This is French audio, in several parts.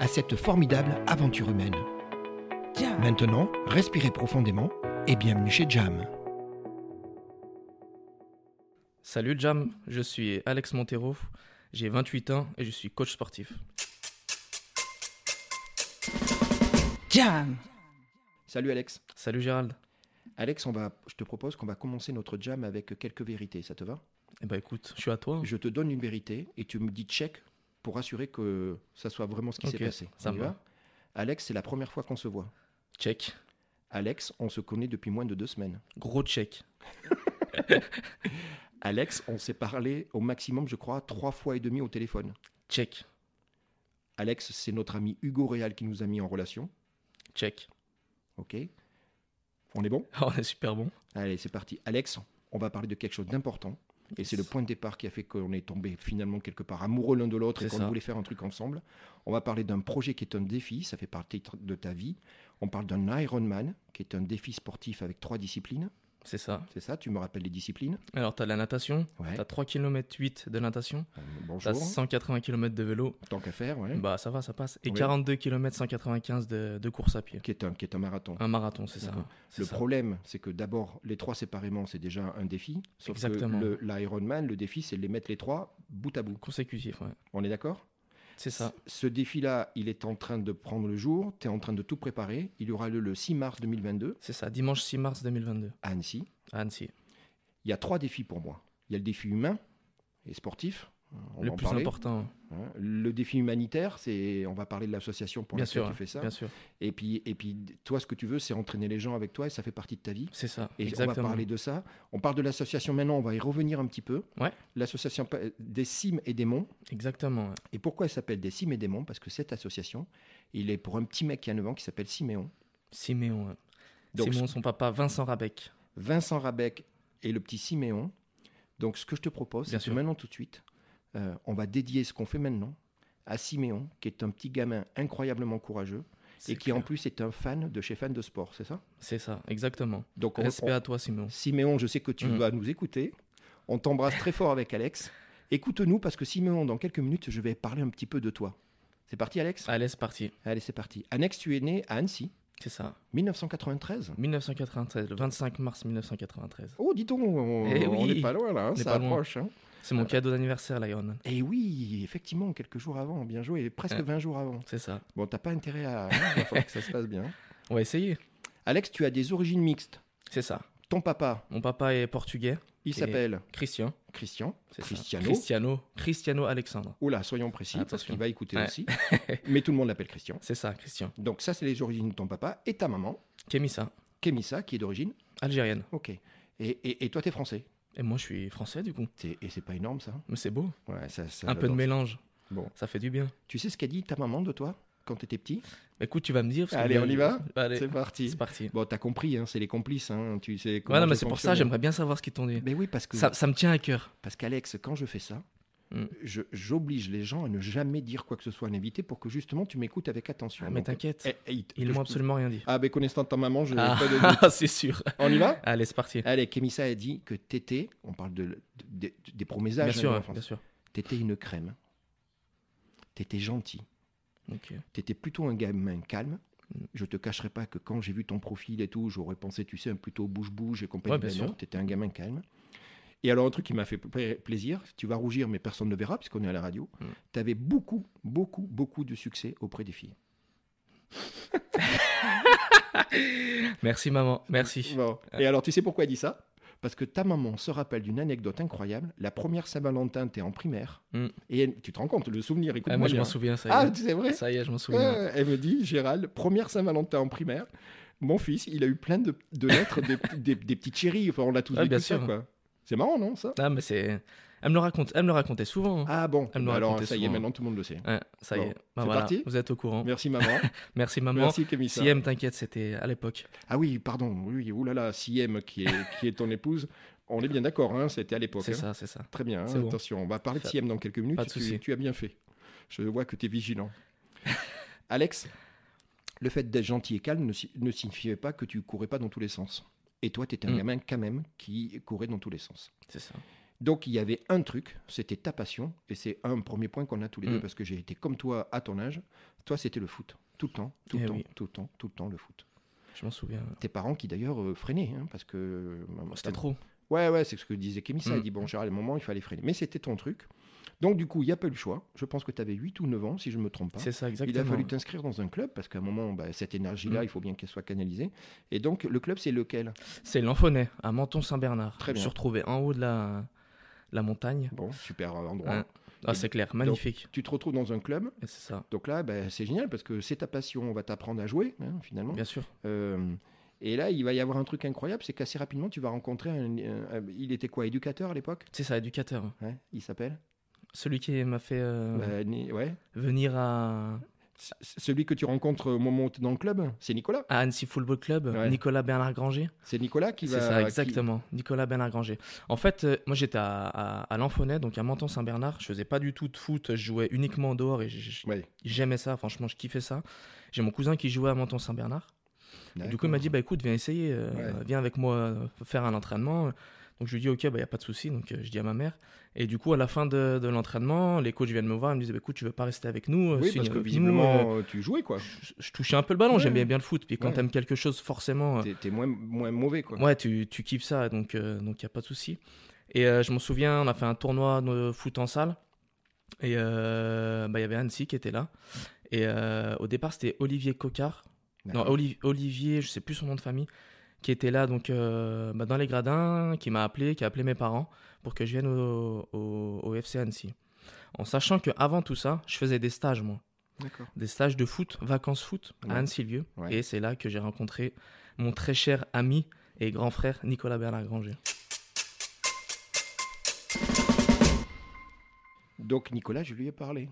à cette formidable aventure humaine. Maintenant, respirez profondément et bienvenue chez Jam. Salut Jam, je suis Alex Montero, j'ai 28 ans et je suis coach sportif. Jam. Salut Alex. Salut Gérald. Alex, on va, je te propose qu'on va commencer notre jam avec quelques vérités, ça te va Eh ben écoute, je suis à toi. Je te donne une vérité et tu me dis check pour assurer que ça soit vraiment ce qui Ok, s'est passé. ça On y me va. Alex, c'est la première fois qu'on se voit. Check. Alex, on se connaît depuis moins de deux semaines. Gros check. Alex, on s'est parlé au maximum, je crois, trois fois et demi au téléphone. Check. Alex, c'est notre ami Hugo Réal qui nous a mis en relation. Check. Ok On est bon Ah, on est super bon. Allez, c'est parti. Alex, on va parler de quelque chose d'important. Et c'est le point de départ qui a fait qu'on est tombé finalement quelque part amoureux l'un de l'autre et C'est qu'on ça. voulait faire un truc ensemble. On va parler d'un projet qui est un défi, ça fait partie de ta vie. On parle d'un Ironman, qui est un défi sportif avec trois disciplines. C'est ça. C'est ça, tu me rappelles les disciplines Alors t'as la natation, Ouais. t'as 3 km 8 de natation, Euh, t'as Bonjour. 180 km de vélo, Tant qu'à faire, ouais. bah ça va, ça passe. Et Oui. 42 km 195 de, de course à pied. Qui, est un, qui est un marathon. Un marathon, c'est ça. hein. D'accord. Ah, C'est Le ça. problème, c'est que d'abord, les trois séparément, c'est déjà un défi. Sauf Exactement. que le- l'Ironman, le défi, c'est de les mettre les trois bout à bout. Consécutif, ouais. On est d'accord C'est ça. Ce défi-là, il est en train de prendre le jour. Tu es en train de tout préparer. Il aura lieu le 6 mars 2022 C'est ça. Dimanche 6 mars 2022 à Annecy. à Annecy. Il y a trois défis pour moi. Il y a le défi humain et sportif. Euh, On va le en plus parler, important, hein. Le défi humanitaire, c'est on va parler de l'association pour bien laquelle sûr. tu fais ça. Bien sûr. Et puis, et puis, toi, ce que tu veux, c'est entraîner les gens avec toi et ça fait partie de ta vie. C'est ça. Et on va Exactement. parler de ça. On parle de l'association maintenant, on va y revenir un petit peu. Ouais. L'association pa- des cimes et des monts. Exactement. ouais. Et pourquoi elle s'appelle des cimes et des monts Parce que cette association, il est pour un petit mec qui a 9 ans qui s'appelle Siméon. Siméon. ouais. Donc, Siméon, son papa, Vincent Rabec. Vincent Rabec et le petit Siméon. Donc ce que je te propose, Bien c'est que sûr. maintenant tout de suite, euh, on va dédier ce qu'on fait maintenant à Siméon, qui est un petit gamin incroyablement courageux et C'est qui en clair. plus est un fan de chez Fan de Sport, c'est ça C'est ça, exactement. Donc on- Respect on- à toi, Siméon. Siméon, je sais que tu Mhm. vas nous écouter. On t'embrasse très fort avec Alex. Écoute-nous parce que Siméon, dans quelques minutes, je vais parler un petit peu de toi. C'est parti, Alex Allez, c'est parti. Allez, c'est parti. Alex, tu es né à Annecy, C'est ça. 1993. 1993, le 25 mars 1993. Oh, dis donc, on Eh on oui. n'est pas loin là, hein, On n'est ça pas loin. approche. hein. C'est mon cadeau d'anniversaire, l'Ironman. Et Eh oui, effectivement, quelques jours avant, bien joué, presque Ouais. 20 jours avant. C'est ça. Bon, t'as pas intérêt à. hein, Il va falloir que ça se passe bien. On va essayer. Alex, tu as des origines mixtes. C'est ça. Ton papa, Mon papa est portugais, il Et- s'appelle Christian. Christian. c'est ça. Cristiano. Cristiano. Cristiano Alexandre. Oula, soyons précis, parce Attention. qu'il va écouter Ouais. aussi. Mais tout le monde l'appelle Christian. C'est ça, Christian. Donc ça, c'est les origines de ton papa et ta maman, Kémissa, Kémissa, qui est d'origine. algérienne. Ok. Et, et, et toi, t'es français. Et moi, je suis français, du coup. T'es- et c'est pas énorme, ça hein. Mais c'est beau. Ouais, ça, ça- Un Ah, peu de j'adore. mélange. Bon. Ça fait du bien. Bah, Tu sais ce qu'a dit ta maman de toi quand t'étais petit Écoute, tu vas me dire. parce que Allez, je- on y va Allez, C'est parti. c'est parti. Bon, t'as compris, hein, c'est les complices. hein, tu hein. sais comment Voilà, mais je c'est pour ça, fonctionne. j'aimerais bien savoir ce qu'ils t'ont dit. Mais oui, parce que Ça, ça me tient à cœur. parce qu'Alex, quand je fais ça, Mm. je- j'oblige les gens à ne jamais dire quoi que ce soit à l'invité pour que justement tu m'écoutes avec attention. Ah, mais Donc, t'inquiète, eh, eh, ils m'ont je- absolument rien dit. Ah, ben connaissant ta maman, je Ah, pas de doute. Ah, c'est sûr. On y va Allez, c'est parti. Allez, Kémissa a dit que t'étais, on parle de, de- de- des premiers Bien âges, hein, sûr, de hein, l'enfance. bien sûr. T'étais une crème. T'étais gentil. Ok. T'étais plutôt un gamin calme. Mm. Je te cacherai pas que quand j'ai vu ton profil et tout, j'aurais pensé, tu sais, un plutôt bouge-bouge et compagnie. Ouais, bien Mais non, sûr. t'étais un gamin calme. Et alors, un truc qui m'a fait pla- plaisir, tu vas rougir, mais personne ne verra, puisqu'on est à la radio. Mm. T'avais beaucoup, beaucoup, beaucoup de succès auprès des filles. Merci maman, merci. Bon. Et alors, tu sais pourquoi elle dit ça Parce que ta maman se rappelle d'une anecdote incroyable. La première Saint-Valentin, t'es en primaire. Mm. Et elle- tu te rends compte, le souvenir, écoute Ah, moi je m'en souviens, ça y Ah, est. c'est vrai Ça y est, je m'en souviens. Euh, Elle me dit, Gérald, première Saint-Valentin en primaire, mon fils, il a eu plein de, de lettres, des, des, des petits chéris. Enfin, on l'a tous Ah, vécu bien ça, sûr. quoi. C'est marrant, non, ça Ah, mais c'est. Elle me le raconte, elle me le racontait souvent. hein. Ah bon Elle me Bah Alors, racontait ça y est, souvent. maintenant, tout le monde le sait. Ouais, ça y Ah. Bon, est. c'est Bah voilà, parti vous êtes au courant. Merci, maman. Merci maman. Merci, Camille. Si elle me t'inquiète, c'était à l'époque. Ah oui, pardon, oui, oulala, Siem, qui est, qui est ton épouse, on est bien d'accord, hein, c'était à l'époque. C'est hein. ça, c'est ça. Très bien, hein, C'est bon. attention, on va parler de Ça- Siem dans quelques minutes, pas de tu, souci. tu as bien fait. Je vois que tu es vigilant. Alex, le fait d'être gentil et calme ne, si- ne signifiait pas que tu courais pas dans tous les sens. Et toi, tu étais un Mm. gamin quand même qui courait dans tous les sens. C'est ça. Donc il y avait un truc, c'était ta passion, et c'est un premier point qu'on a tous les deux, Mm. parce que j'ai été comme toi à ton âge. Toi, c'était le foot, tout le temps, tout le Eh temps, oui. tout le temps, tout le temps le foot. Je m'en souviens. Tes parents qui d'ailleurs euh, freinaient, hein, parce que. euh, maman- C'était trop. Ouais, ouais, c'est ce que disait Kémissa. Mm. Il dit, bon, Gérard, à un moment, il fallait freiner. Mais c'était ton truc. Donc, du coup, il n'y a pas eu le choix. Je pense que tu avais 8 ou 9 ans, si je ne me trompe pas. C'est ça, Il a exactement. fallu t'inscrire dans un club, parce qu'à un moment, bah, cette énergie-là, Mm. il faut bien qu'elle soit canalisée. Et donc, le club, c'est lequel C'est l'Enfonnet, à Menton-Saint-Bernard. Très Je me suis bien. retrouvé en haut de la, la montagne. Bon, super euh, endroit. Hein. Ah, c'est clair, magnifique. Tu te retrouves dans un club. Et C'est ça, Donc là, bah, c'est génial, parce que c'est ta passion. On va t'apprendre à jouer, hein, finalement. bien sûr. Euh, et là, il va y avoir un truc incroyable, c'est qu'assez rapidement, tu vas rencontrer un- un- il était quoi, éducateur à l'époque C'est ça, éducateur. Ouais, Il s'appelle Celui qui m'a fait euh, Bah, ni- Ouais. venir à, C- Celui que tu rencontres au moment où tu es dans le club, c'est Nicolas. à Annecy Football Club, Ouais. Nicolas Bernard Granger. C'est Nicolas qui va. C'est ça, qui- exactement. Nicolas Bernard Granger. En fait, euh, moi j'étais à, à, à l'Enfonnet, donc à Menton-Saint-Bernard. Je faisais pas du tout de foot, je jouais uniquement dehors et j- j- Ouais, j'aimais ça, franchement, je kiffais ça. J'ai mon cousin qui jouait à Menton-Saint-Bernard. Et Du coup, il m'a dit, bah écoute, viens essayer, euh, Ouais. viens avec moi euh, faire un entraînement. Donc je lui dis, ok, bah y a pas de souci. Donc euh, je dis à ma mère. Et du coup, à la fin de, de l'entraînement, les coachs viennent me voir, ils me disent, bah écoute, tu veux pas rester avec nous euh, Oui, signe parce que avec nous, euh, visiblement, tu jouais quoi. je, je touchais un peu le ballon, Ouais. j'aimais bien le foot. Puis quand Ouais. t'aimes quelque chose, forcément, euh, T'es t'es moins, moins mauvais quoi. ouais, tu, tu kiffes ça, donc euh, donc y a pas de souci. Et euh, je m'en souviens, on a fait un tournoi de foot en salle. Et euh, bah, il y avait Annecy qui était là. Et euh, au départ, c'était Olivier Cocard. Non, D'accord. Oli- Olivier, je sais plus son nom de famille, qui était là donc euh, bah, dans les gradins, qui m'a appelé, qui a appelé mes parents pour que je vienne au, au- au FC Annecy. En sachant que avant tout ça, je faisais des stages moi, D'accord. des stages de foot, vacances foot Ouais. à Annecy-Lieu, Ouais. et c'est là que j'ai rencontré mon très cher ami et grand frère Nicolas Bernard Granger. Donc Nicolas, je lui ai parlé.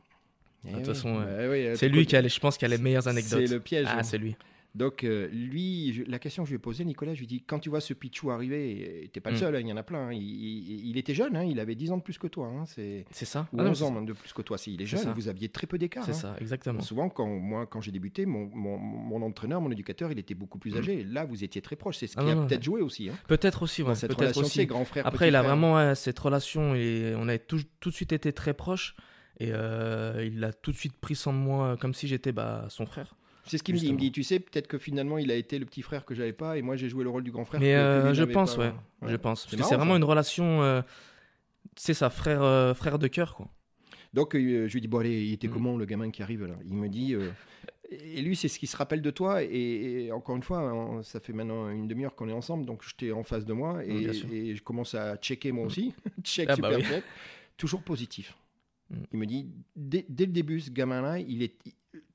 Eh Ah, De toute oui. façon, ouais. Eh oui, euh, C'est tu lui connais- qui a, les- je pense, qui a les meilleures anecdotes. C'est le piège. hein. Ah, c'est lui. Donc euh, lui, je- la question que je lui ai posée, Nicolas, je lui ai dit quand tu vois ce Pichou arriver, et t'es pas le Mm. seul, hein, il y en a plein. hein, il, il- il était jeune, hein, il avait 10 ans de plus que toi. hein, c'est C'est ça. ou Ah non, 11 c'est- ans même de plus que toi. Si il est C'est jeune, ça. vous aviez très peu d'écart. C'est hein. ça, exactement. Souvent, quand, moi, quand j'ai débuté, mon, mon- mon entraîneur, mon éducateur, il était beaucoup plus âgé. Là, vous étiez très proche. C'est ce qui Mhm. Ah non, a non, peut-être joué aussi. hein, Peut-être aussi, ouais, dans cette peut-être relation, aussi. c'est grand frère. Après, petit il a frère. hein. vraiment ouais, cette relation et on a tout, tout de suite été très proches. Et euh, il a tout de suite pris soin de moi comme si j'étais bah, son frère. C'est ce qu'il me dit. Il me Justement. dit, tu sais, peut-être que finalement, il a été le petit frère que j'avais pas, et moi, j'ai joué le rôle du grand frère. Mais que- que euh, lui je n'avait pense, pas. ouais, je pense. Parce que marrant, c'est vraiment ça. une relation, euh, c'est ça, frère, euh, frère de cœur, quoi. Donc, euh, je lui dis, bon, allez, il était Mm. comment le gamin qui arrive là Il me dit. euh, et lui, c'est ce qui se rappelle de toi. Et, et encore une fois, on- ça fait maintenant une demi-heure qu'on est ensemble, donc j'étais en face de moi Mm, et, bien sûr. et je commence à checker moi aussi. Check, Ah bah super oui. check. Toujours positif. Mm. Il me dit, dès, dès le début, ce gamin-là, il est, il-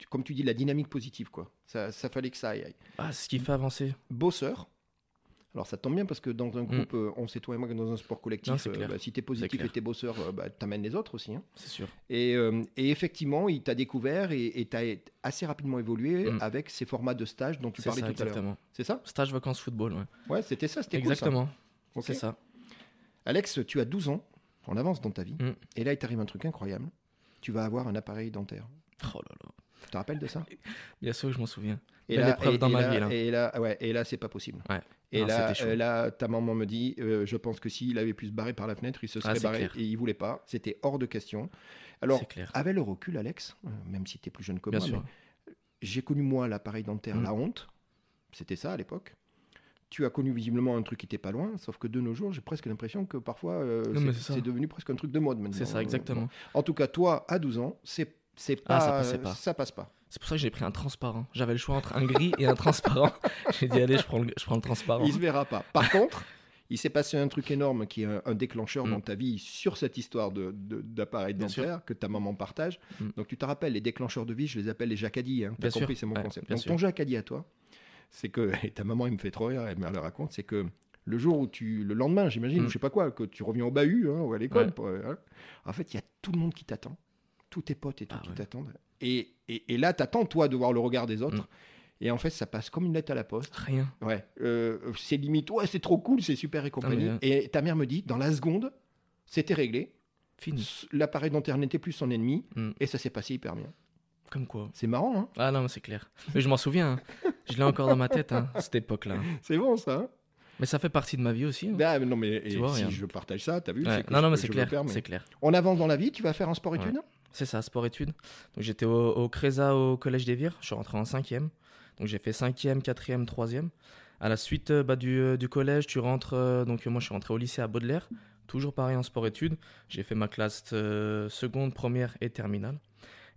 comme tu dis, la dynamique positive, quoi. Ça, ça fallait que ça aille. Ah, c'est ce Mm. qui fait avancer. bosseur. Alors ça tombe bien parce que dans un groupe, euh, on sait toi et moi que dans un sport Mm. Non, collectif, c'est euh, clair. bah, si t'es positif clair. et t'es bosseur, euh, bah, t'amènes les autres aussi. hein. C'est sûr. Et, euh, et effectivement, il t'a découvert et et t'as assez rapidement évolué Mm. avec ces formats de stage dont tu C'est parlais ça, tout à l'heure. exactement. C'est ça Stage vacances football, ouais. Ouais, c'était ça, c'était cool, ça. Exactement, Ok. c'est ça. Alex, tu as 12 ans, on avance dans ta vie, Mm. et là il t'arrive un truc incroyable. Tu vas avoir un appareil dentaire. Oh là là. Tu te rappelles de ça Bien sûr que je m'en souviens. Et Belle épreuve dans ma là- vie, là. Et là, ouais, et là, c'est pas possible. Ouais. Et Non, là, c'était chaud. euh, là, ta maman me dit, euh, je pense que s'il avait pu se barrer par la fenêtre, il se serait Ah, c'est barré clair. et il voulait pas. C'était hors de question. Alors, c'est clair. avec le recul, Alex, euh, même si tu es plus jeune que Bien moi, sûr. mais j'ai connu moi l'appareil dentaire, Mm. la honte. C'était ça à l'époque. Tu as connu visiblement un truc qui était pas loin, sauf que de nos jours, j'ai presque l'impression que parfois, euh, Non, mais c'est c'est ça. c'est devenu presque un truc de mode maintenant. C'est ça, Euh, exactement. En tout cas, toi, à 12 ans, c'est C'est Ah, ça pas, passait pas. ça passe pas. C'est pour ça que j'ai pris un transparent. J'avais le choix entre un gris et un transparent. j'ai dit, allez, je prends le, je prends le transparent. Il se verra pas. Par contre, il s'est passé un truc énorme qui est un, un déclencheur Mm. dans ta vie sur cette histoire de- de- d'appareil de, Bien sûr. dentaire que ta maman partage. Mm. Donc tu te rappelles, les déclencheurs de vie, je les appelle les jacadis. Hein. T'as Bien sûr. compris, c'est mon Ouais, concept. bien Donc ton jacadis à toi, c'est que, et ta maman, elle me fait trop rire, elle me le raconte, c'est que le jour où tu, le lendemain, j'imagine, Mm. ou je sais pas quoi, que tu reviens au bahut hein, ou à l'école, Ouais. pour, euh, hein, en fait, il y a tout le monde qui t'attend, tous tes potes et tout Ah qui ouais. t'attendent. Et, et, et là, t'attends, toi, de voir le regard des autres. Mm. Et en fait, ça passe comme une lettre à la poste. Rien. Ouais, euh, c'est limite, ouais, c'est trop cool, c'est super et compagnie. Ah, Et ta mère me dit, dans la seconde, c'était réglé, Fini. S- l'appareil dentaire n'était plus son ennemi, Mm. et ça s'est passé hyper bien. Comme quoi. C'est marrant, hein Ah non, mais c'est clair. Mais je m'en souviens. hein. Je l'ai encore dans ma tête, hein, cette époque-là. C'est bon, ça. hein Mais ça fait partie de ma vie aussi. hein. Ah, mais non, mais et Tu vois, si rien. je partage ça, t'as vu Ouais. c'est que Non, je- non, mais je c'est me clair. permets. C'est clair. On avance dans la vie, tu vas faire un sport-études C'est ça, sport-études. Donc j'étais au, au Crésa au Collège des Vires, je suis rentré en cinquième. Donc j'ai fait cinquième, quatrième, troisième. À la suite euh, bah, du, euh, du collège, tu rentres. euh, donc euh, moi je suis rentré au lycée à Baudelaire, toujours pareil en sport-études. J'ai fait ma classe euh, seconde, première et terminale.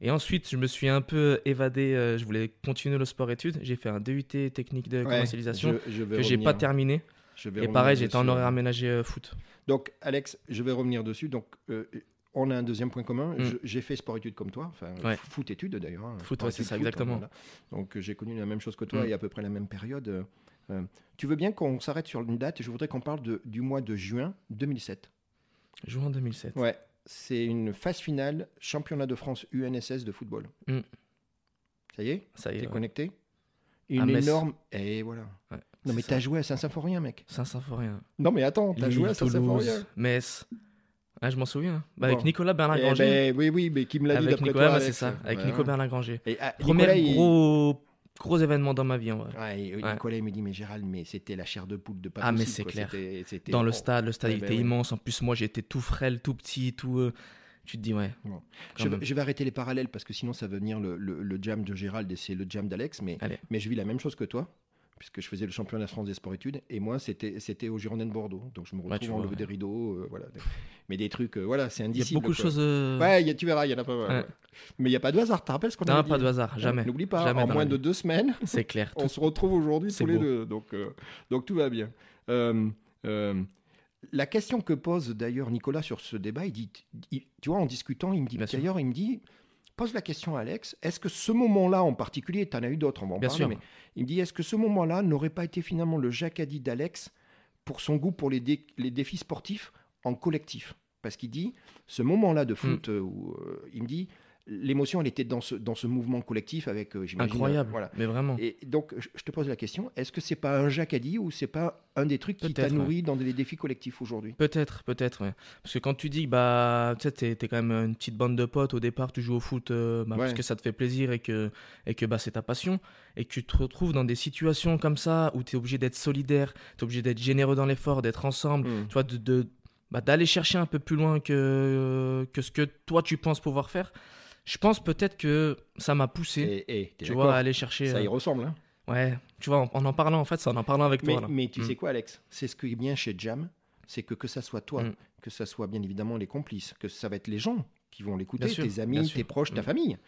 Et ensuite, je me suis un peu évadé. euh, je voulais continuer le sport-études. J'ai fait un DUT technique de Ouais, commercialisation je- je vais que j'ai revenir. hein. pas terminé. Je vais Et revenir pareil, j'étais en dessus. hein. horaire aménagé euh, foot. Donc, Alex, je vais revenir dessus. Donc, euh, on a un deuxième point commun. Mm. Je- J'ai fait sport-études comme toi, enfin, Ouais. foot-études d'ailleurs. hein. Foot, ouais, Sport-études c'est ça, foot, exactement. hein, voilà. Donc, euh, j'ai connu la même chose que toi Mm. et à peu près la même période. Euh, euh, tu veux bien qu'on s'arrête sur une date Je voudrais qu'on parle de- du mois de juin 2007. Juin 2007. Ouais, c'est une phase finale, championnat de France UNSS de football. Mm. Ça y est Ça y T'es est. ouais. connecté Une Metz. énorme. Et voilà. Ouais, non, c'est mais ça. t'as joué à Saint-Symphorien, mec. Saint-Symphorien. Non, mais attends, t'as Lille, joué à Saint-Symphorien. Toulouse, Metz. Ah, je m'en souviens. Bah, Bon. Avec Nicolas Eh Berlin-Granger. ben, oui, oui, mais qui me l'a dit avec d'après Nicolas, toi ouais, Alex. c'est ça. Avec Ouais. Nicolas Berlin-Granger. Et, ah, Premier Nicolas, il- gros, gros événement dans ma vie, en vrai. Ouais, et Ouais. Nicolas, il me dit, mais Gérald, mais c'était la chair de poule de pas Ah, mais possible, c'est quoi. clair. C'était- c'était- Dans le bon. stade, le stade Eh il ben était ouais. immense. En plus, moi, j'étais tout frêle, tout petit, tout. euh, Tu te dis, ouais. Bon. quand Je, même. vais- je vais arrêter les parallèles parce que sinon ça va venir le, le- le jam de Gérald et c'est le jam d'Alex. Mais, Allez. mais je vis la même chose que toi puisque je faisais le championnat de France des sports études et moi c'était c'était au Girondin de Bordeaux. Donc je me Ouais, tu retrouve en vois, levé ouais. des rideaux, euh, voilà. Mais des trucs, euh, voilà, c'est Il y indicible. a beaucoup de quoi. choses. euh, Ouais, il y a- tu verras, il y en a pas mal. Ouais. ouais. Mais il n'y a pas de hasard, tu te rappelles ce qu'on a Non, pas de hasard, jamais. N'oublie pas, Jamais en dans la moins vie. de deux semaines, C'est clair. on se retrouve aujourd'hui C'est tous les beau. deux. Donc, euh, donc tout va bien. Euh, euh, la question que pose d'ailleurs Nicolas sur ce débat, il dit, il- tu vois, en discutant, il me dit, Bien sûr. d'ailleurs, il me dit, pose la question à Alex, est-ce que ce moment-là en particulier, tu en as eu d'autres, on va en Bien parler, sûr. mais il me dit, est-ce que ce moment-là n'aurait pas été finalement le jacadi d'Alex pour son goût pour les, dé- les défis sportifs en collectif Parce qu'il dit, ce moment-là de foot, Mm. euh, où, euh, il me dit, l'émotion, elle était dans ce, dans ce mouvement collectif avec, euh, j'imagine, euh, Incroyable. voilà. Mais vraiment. Et donc, je je te pose la question, est-ce que c'est pas un jacadi ou c'est pas un des trucs qui t'a Peut-être, nourri dans les défis collectifs aujourd'hui Peut-être, peut-être, ouais. Parce que quand tu dis, bah, tu sais, t'es, t'es quand même une petite bande de potes au départ, tu joues au foot euh, bah, parce Ouais. que ça te fait plaisir et que, et que bah, c'est ta passion, et que tu te retrouves dans des situations comme ça où tu es obligé d'être solidaire, tu es obligé d'être généreux dans l'effort, d'être ensemble, Mm. tu vois, de, de- bah, d'aller chercher un peu plus loin que, que ce que toi tu penses pouvoir faire. Je pense peut-être que ça m'a poussé, Et, et, t'es tu d'accord vois, à aller chercher. ça y euh, ressemble. hein. ouais, tu vois, en, en en parlant, en fait, c'est en en parlant avec mais, toi. là. mais tu Mm. sais quoi, Alex C'est ce qui est bien chez Jam, c'est que que ça soit toi, Mm. que ça soit bien évidemment les complices, que ça va être les gens qui vont l'écouter, Bien sûr, tes bien amis, sûr. tes proches, ta Mm. famille.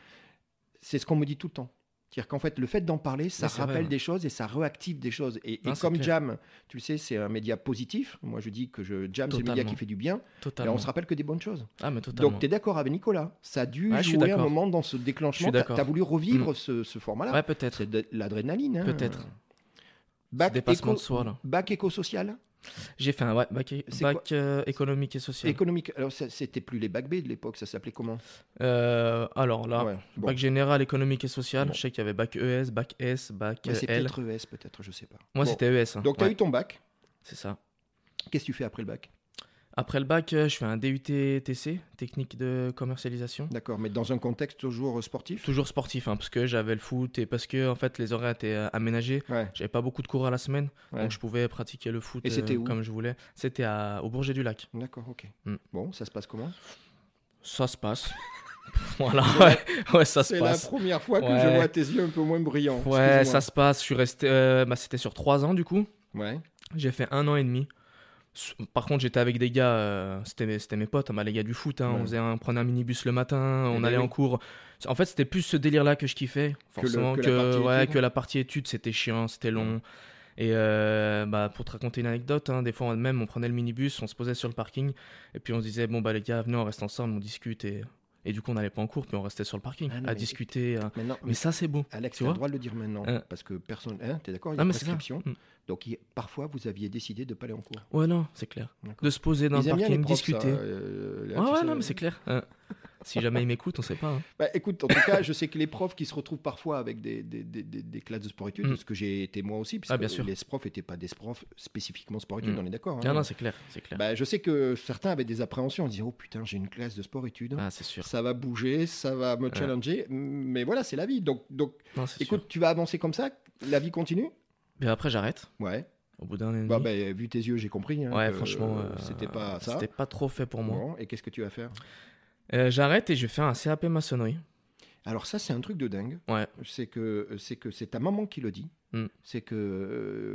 C'est ce qu'on me dit tout le temps. C'est-à-dire qu'en fait, le fait d'en parler, ça Mais c'est vrai, rappelle ouais. des choses et ça réactive des choses. Et, et Non, c'est comme clair. Jam, tu le sais, c'est un média positif. Moi, je dis que je, Jam, c'est le média Totalement. qui fait du bien. Et Totalement. on se rappelle que des bonnes choses. Ah, mais totalement. Donc, tu es d'accord avec Nicolas Ça a dû Ouais, je suis jouer un d'accord. moment dans ce Je déclenchement. suis d'accord. Mm. Tu as voulu revivre ce, ce format-là. Ouais, peut-être. C'est de l'adrénaline. hein. Peut-être. Bac Ce dépassement éco- de soi, là. Bac éco-social J'ai fait un ouais, bac, C'est bac, quoi euh, économique et social. Économique. Alors, ça- c'était plus les bac B de l'époque, ça s'appelait comment Euh, alors là, Ouais, bon. bac général, économique et social. Bon. Je sais qu'il y avait bac ES, bac S, bac Mais euh, c'est L. peut-être ES, peut-être, je sais pas. Moi, Bon. c'était ES. hein. Donc, tu as Ouais, eu ton bac. C'est ça. Qu'est-ce que tu fais après le bac Après le bac, euh, je fais un DUT-TC, technique de commercialisation. D'accord, mais dans un contexte toujours sportif Toujours sportif, hein, parce que j'avais le foot et parce que en fait les horaires étaient euh, aménagés. Ouais. J'avais pas beaucoup de cours à la semaine, Ouais. donc je pouvais pratiquer le foot euh, Et c'était où comme je voulais. C'était à- au Bourget du Lac. D'accord, ok. Mm. Bon, ça se passe comment Ça se passe. voilà, ouais, ouais, ça se C'est la passe. première fois que je Ouais. vois tes yeux un peu moins brillants. Ouais, Excuse-moi. ça se passe. Je suis resté. euh, bah, c'était sur trois ans du coup. Ouais. J'ai fait un an et demi. S- Par contre, j'étais avec des gars, euh, c'était mes, c'était mes potes, hein, bah, les gars du foot. hein, Ouais. on, faisait un- on prenait un minibus le matin, on ben allait oui. en cours. En fait, c'était plus ce délire-là que je kiffais. le- Forcément, que que, la partie ouais, études. que la partie études, c'était chiant, c'était long. Et euh, bah, pour te raconter une anecdote, hein, des fois on- même on prenait le minibus, on se posait sur le parking, et puis on se disait, bon, bah les gars, venez, on reste ensemble, on discute. Et, et du coup, on n'allait pas en cours, puis on restait sur le parking, Ah, non, à mais- discuter. à- Maintenant, Mais ça, c'est beau. Alex, tu tu as le vois droit de le dire maintenant, Hein. parce que personne. Hein, T'es d'accord Il y a Ah, mais c'est ça. prescription. Mm. Donc il- parfois, vous aviez décidé de ne pas aller en cours. Ouais, non, c'est clair. D'accord. De se poser dans Ils le aiment bien les parking, profs, ça, discuter. euh, là, Ouais, tu ouais, sais, non, mais c'est clair. Hein. si jamais ils m'écoutent, on sait pas. hein. Bah, écoute, en tout cas, je sais que les profs qui se retrouvent parfois avec des, des, des, des- des classes de sport-études, Mm. Ah, parce que j'ai été moi aussi, puisque bien sûr. les profs n'étaient pas des profs spécifiquement sport-études, Mm. on est d'accord. hein. Non, non, c'est clair, c'est clair. Bah, je sais que certains avaient des appréhensions, ils disaient Oh putain, j'ai une classe de sport-études, Ah, c'est sûr. ça va bouger, ça va me challenger, mais voilà, c'est la vie. Donc, donc Non, c'est écoute, sûr. tu vas avancer comme ça, la vie continue Mais après, j'arrête. Ouais. Au bout d'un an et Bah, demi. bah, vu tes yeux, j'ai compris. hein, ouais, que, franchement, euh, euh, c'était pas ça. C'était pas trop fait pour moi. Bon, et qu'est-ce que tu vas faire Euh, j'arrête et je fais un CAP maçonnerie. Alors ça, c'est un truc de dingue. Ouais. C'est que c'est que c'est ta maman qui le dit. Mm. C'est que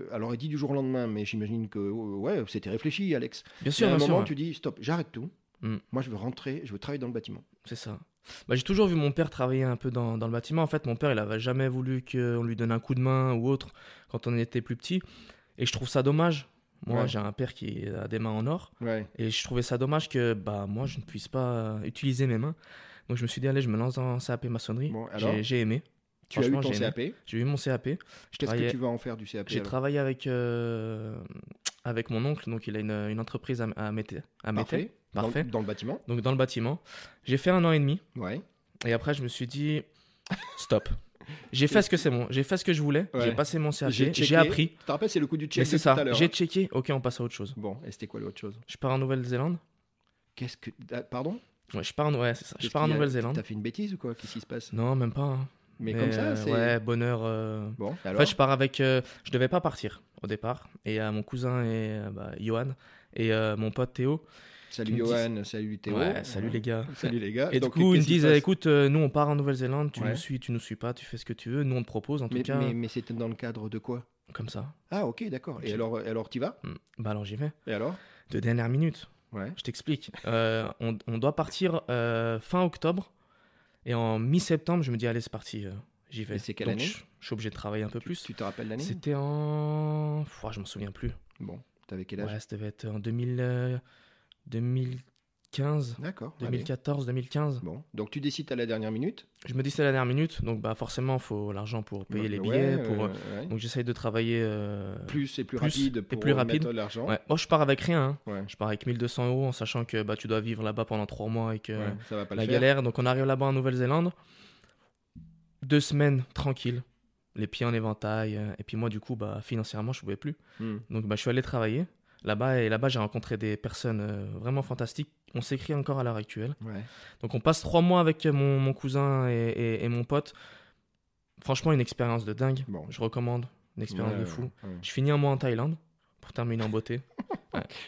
euh, alors elle dit du jour au lendemain, mais j'imagine que euh, ouais, c'était réfléchi, Alex. Bien Mais sûr, à un bien sûr. moment, ouais. tu dis stop, j'arrête tout. Mm. Moi, je veux rentrer, je veux travailler dans le bâtiment. C'est ça. Bah, j'ai toujours vu mon père travailler un peu dans, dans le bâtiment. En fait, mon père, il avait jamais voulu qu'on lui donne un coup de main ou autre quand on était plus petit. Et je trouve ça dommage. Moi, Ouais. j'ai un père qui a des mains en or. Ouais. Et je trouvais ça dommage que bah, moi, je ne puisse pas euh, utiliser mes mains. Donc je me suis dit, allez, je me lance dans un CAP maçonnerie. Bon, alors j'ai, j'ai aimé. Tu as eu Franchement, ton j'ai aimé. CAP. J'ai eu mon CAP. Je Qu'est-ce que travaillais- tu vas en faire du CAP J'ai alors travaillé avec, euh, avec mon oncle. Donc il a une, une entreprise à, à Mété. À Mété. Parfait. Dans, Parfait. dans le bâtiment. Donc dans le bâtiment. J'ai fait un an et demi. Ouais. Et après, je me suis dit, stop. J'ai fait ce que c'est bon. J'ai fait ce que je voulais. Ouais. J'ai passé mon CAP. J'ai, checké. appris. Tu te rappelles, c'est le coup du check Mais de c'est tout à ça. l'heure, J'ai hein. checké. Ok, on passe à autre chose. Bon, et c'était quoi l'autre chose Je pars en Nouvelle-Zélande. Qu'est-ce que ah, pardon Ouais, je pars en, ouais, c'est ça. Je Qu'est-ce pars en qu'il y a Nouvelle-Zélande. T'as fait une bêtise ou quoi Qu'est-ce qui se passe Non, même pas. hein. Mais, comme ça, euh, c'est Ouais, bonheur. euh, bon. En Alors. fait, je pars avec. euh, je devais pas partir au départ. Et à mon cousin et euh, bah, Johan et euh, mon pote Théo. Salut qui me disent- Johan, salut Théo. Ouais, salut les gars. Salut les gars. Et Donc, du coup, ils qu'est-ce me qui se disent passe écoute, euh, nous on part en Nouvelle-Zélande, tu Ouais. nous suis, tu nous suis pas, tu fais ce que tu veux. Nous on te propose en tout mais, cas, mais- mais c'était dans le cadre de quoi comme ça. Ah, ok, d'accord. Et Je- alors, et alors t'y vas Mm. Bah alors j'y vais. Et alors De dernière minute, Ouais. je t'explique. Euh, on, on doit partir euh, fin octobre. Et en mi-septembre, je me dis allez, c'est parti, euh, j'y vais. Et c'est quelle Donc, année je, je suis obligé de travailler un peu Tu, plus. tu te rappelles l'année C'était en. Pouah, je m'en souviens plus. Bon, t'avais quel âge Ouais, ça devait être en 2000, euh, 2015, D'accord. allez. 2014, 2015. Bon, donc tu décides à la dernière minute. Je me dis c'est la dernière minute, donc bah forcément, faut l'argent pour payer les Ouais, billets. euh, pour, ouais. Donc j'essaye de travailler. euh, Plus et plus, plus rapide et pour plus rapide. mettre l'argent. Ouais. Moi, je pars avec rien. hein. Ouais. Je pars avec 1200 euros en sachant que bah, tu dois vivre là-bas pendant 3 mois et que Ouais, Ça va pas euh, la le faire. galère. Donc on arrive là-bas en Nouvelle-Zélande. Deux semaines tranquille, les pieds en éventail. euh, Et puis moi, du coup, bah, financièrement, je pouvais plus. Hmm. Donc bah, je suis allé travailler là-bas et là-bas, j'ai rencontré des personnes euh, vraiment fantastiques. On s'écrit encore à l'heure actuelle. Ouais. Donc on passe 3 mois avec mon, mon cousin et, et- et mon pote. Franchement, une expérience de dingue. Bon. Je recommande. Une expérience Ouais, de ouais, fou. ouais. Je finis un mois en Thaïlande pour terminer en beauté.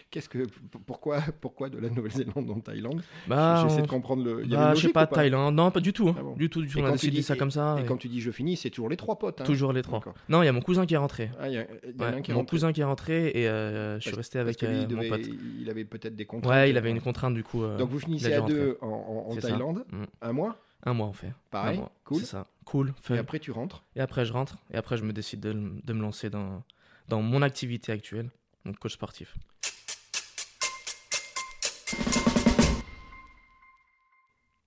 Qu'est-ce que, p- pourquoi, pourquoi de la Nouvelle-Zélande en Thaïlande Bah, J'essaie on- de comprendre le. Il y avait bah, une je sais logique pas, ou Thaïlande, non, pas du tout. hein. Ah bon. Du tout, du tout, Et on a quand décidé tu dis- ça comme ça. Et et quand tu dis je finis, c'est toujours les trois potes. hein. Ah Toujours les trois. D'accord. Non, il y a mon cousin qui est rentré. Ah, il y, a- il y en a Ouais, un qui est mon rentré. cousin qui est rentré et euh, je suis resté Parce avec que lui, euh, il, mon devait- pote. il avait peut-être des contraintes. Ouais, il avait une contrainte du coup. euh, Donc vous finissez il a à dû deux en, en- en C'est ça. Thaïlande, Mm. un mois, Un mois on fait. pareil, un mois. cool. C'est ça. Ah Cool, fun. Et après tu rentres. je rentre et après je me décide de, de me lancer dans, dans mon activité actuelle, donc coach sportif.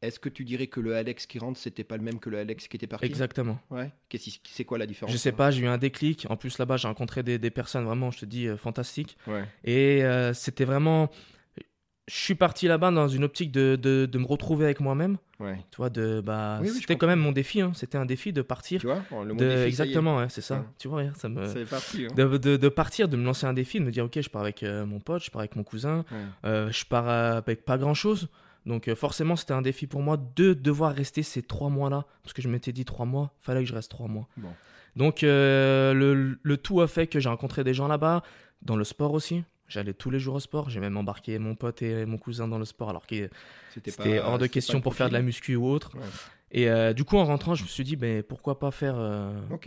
Est-ce que tu dirais que le Alex qui rentre, c'était pas le même que le Alex qui était parti Exactement. Ouais. Qu'est-ce qui- c'est quoi la différence Je sais pas, j'ai eu un déclic. En plus là-bas, j'ai rencontré des, des personnes vraiment, je te dis, euh, fantastiques. Ouais. Et euh, c'était vraiment. Je suis parti là-bas dans une optique de, de, de me retrouver avec moi-même. Ouais. Tu vois, de, bah, Oui, oui, je c'était comprends. quand même mon défi. hein. C'était un défi de partir. Tu vois, bon, le mot de, défi, ça y est. exactement, ouais, c'est ça. Ouais. Tu vois, regarde, ça me. C'est parti. hein. De, de, de partir, de me lancer un défi, de me dire, ok, je pars avec euh, mon pote, je pars avec mon cousin, Ouais. euh, je pars euh, avec pas grand-chose. Donc euh, forcément, c'était un défi pour moi de devoir rester ces trois mois-là, parce que je m'étais dit trois mois, fallait que je reste trois mois. Bon. Donc euh, le, le tout a fait que j'ai rencontré des gens là-bas, dans le sport aussi. J'allais tous les jours au sport, j'ai même embarqué mon pote et mon cousin dans le sport, alors que c'était pas- hors de c'était pas question le pour faire de la profil. muscu ou autre. Ouais. Et euh, du coup, en rentrant, je me suis dit, ben pourquoi pas faire euh, Ok.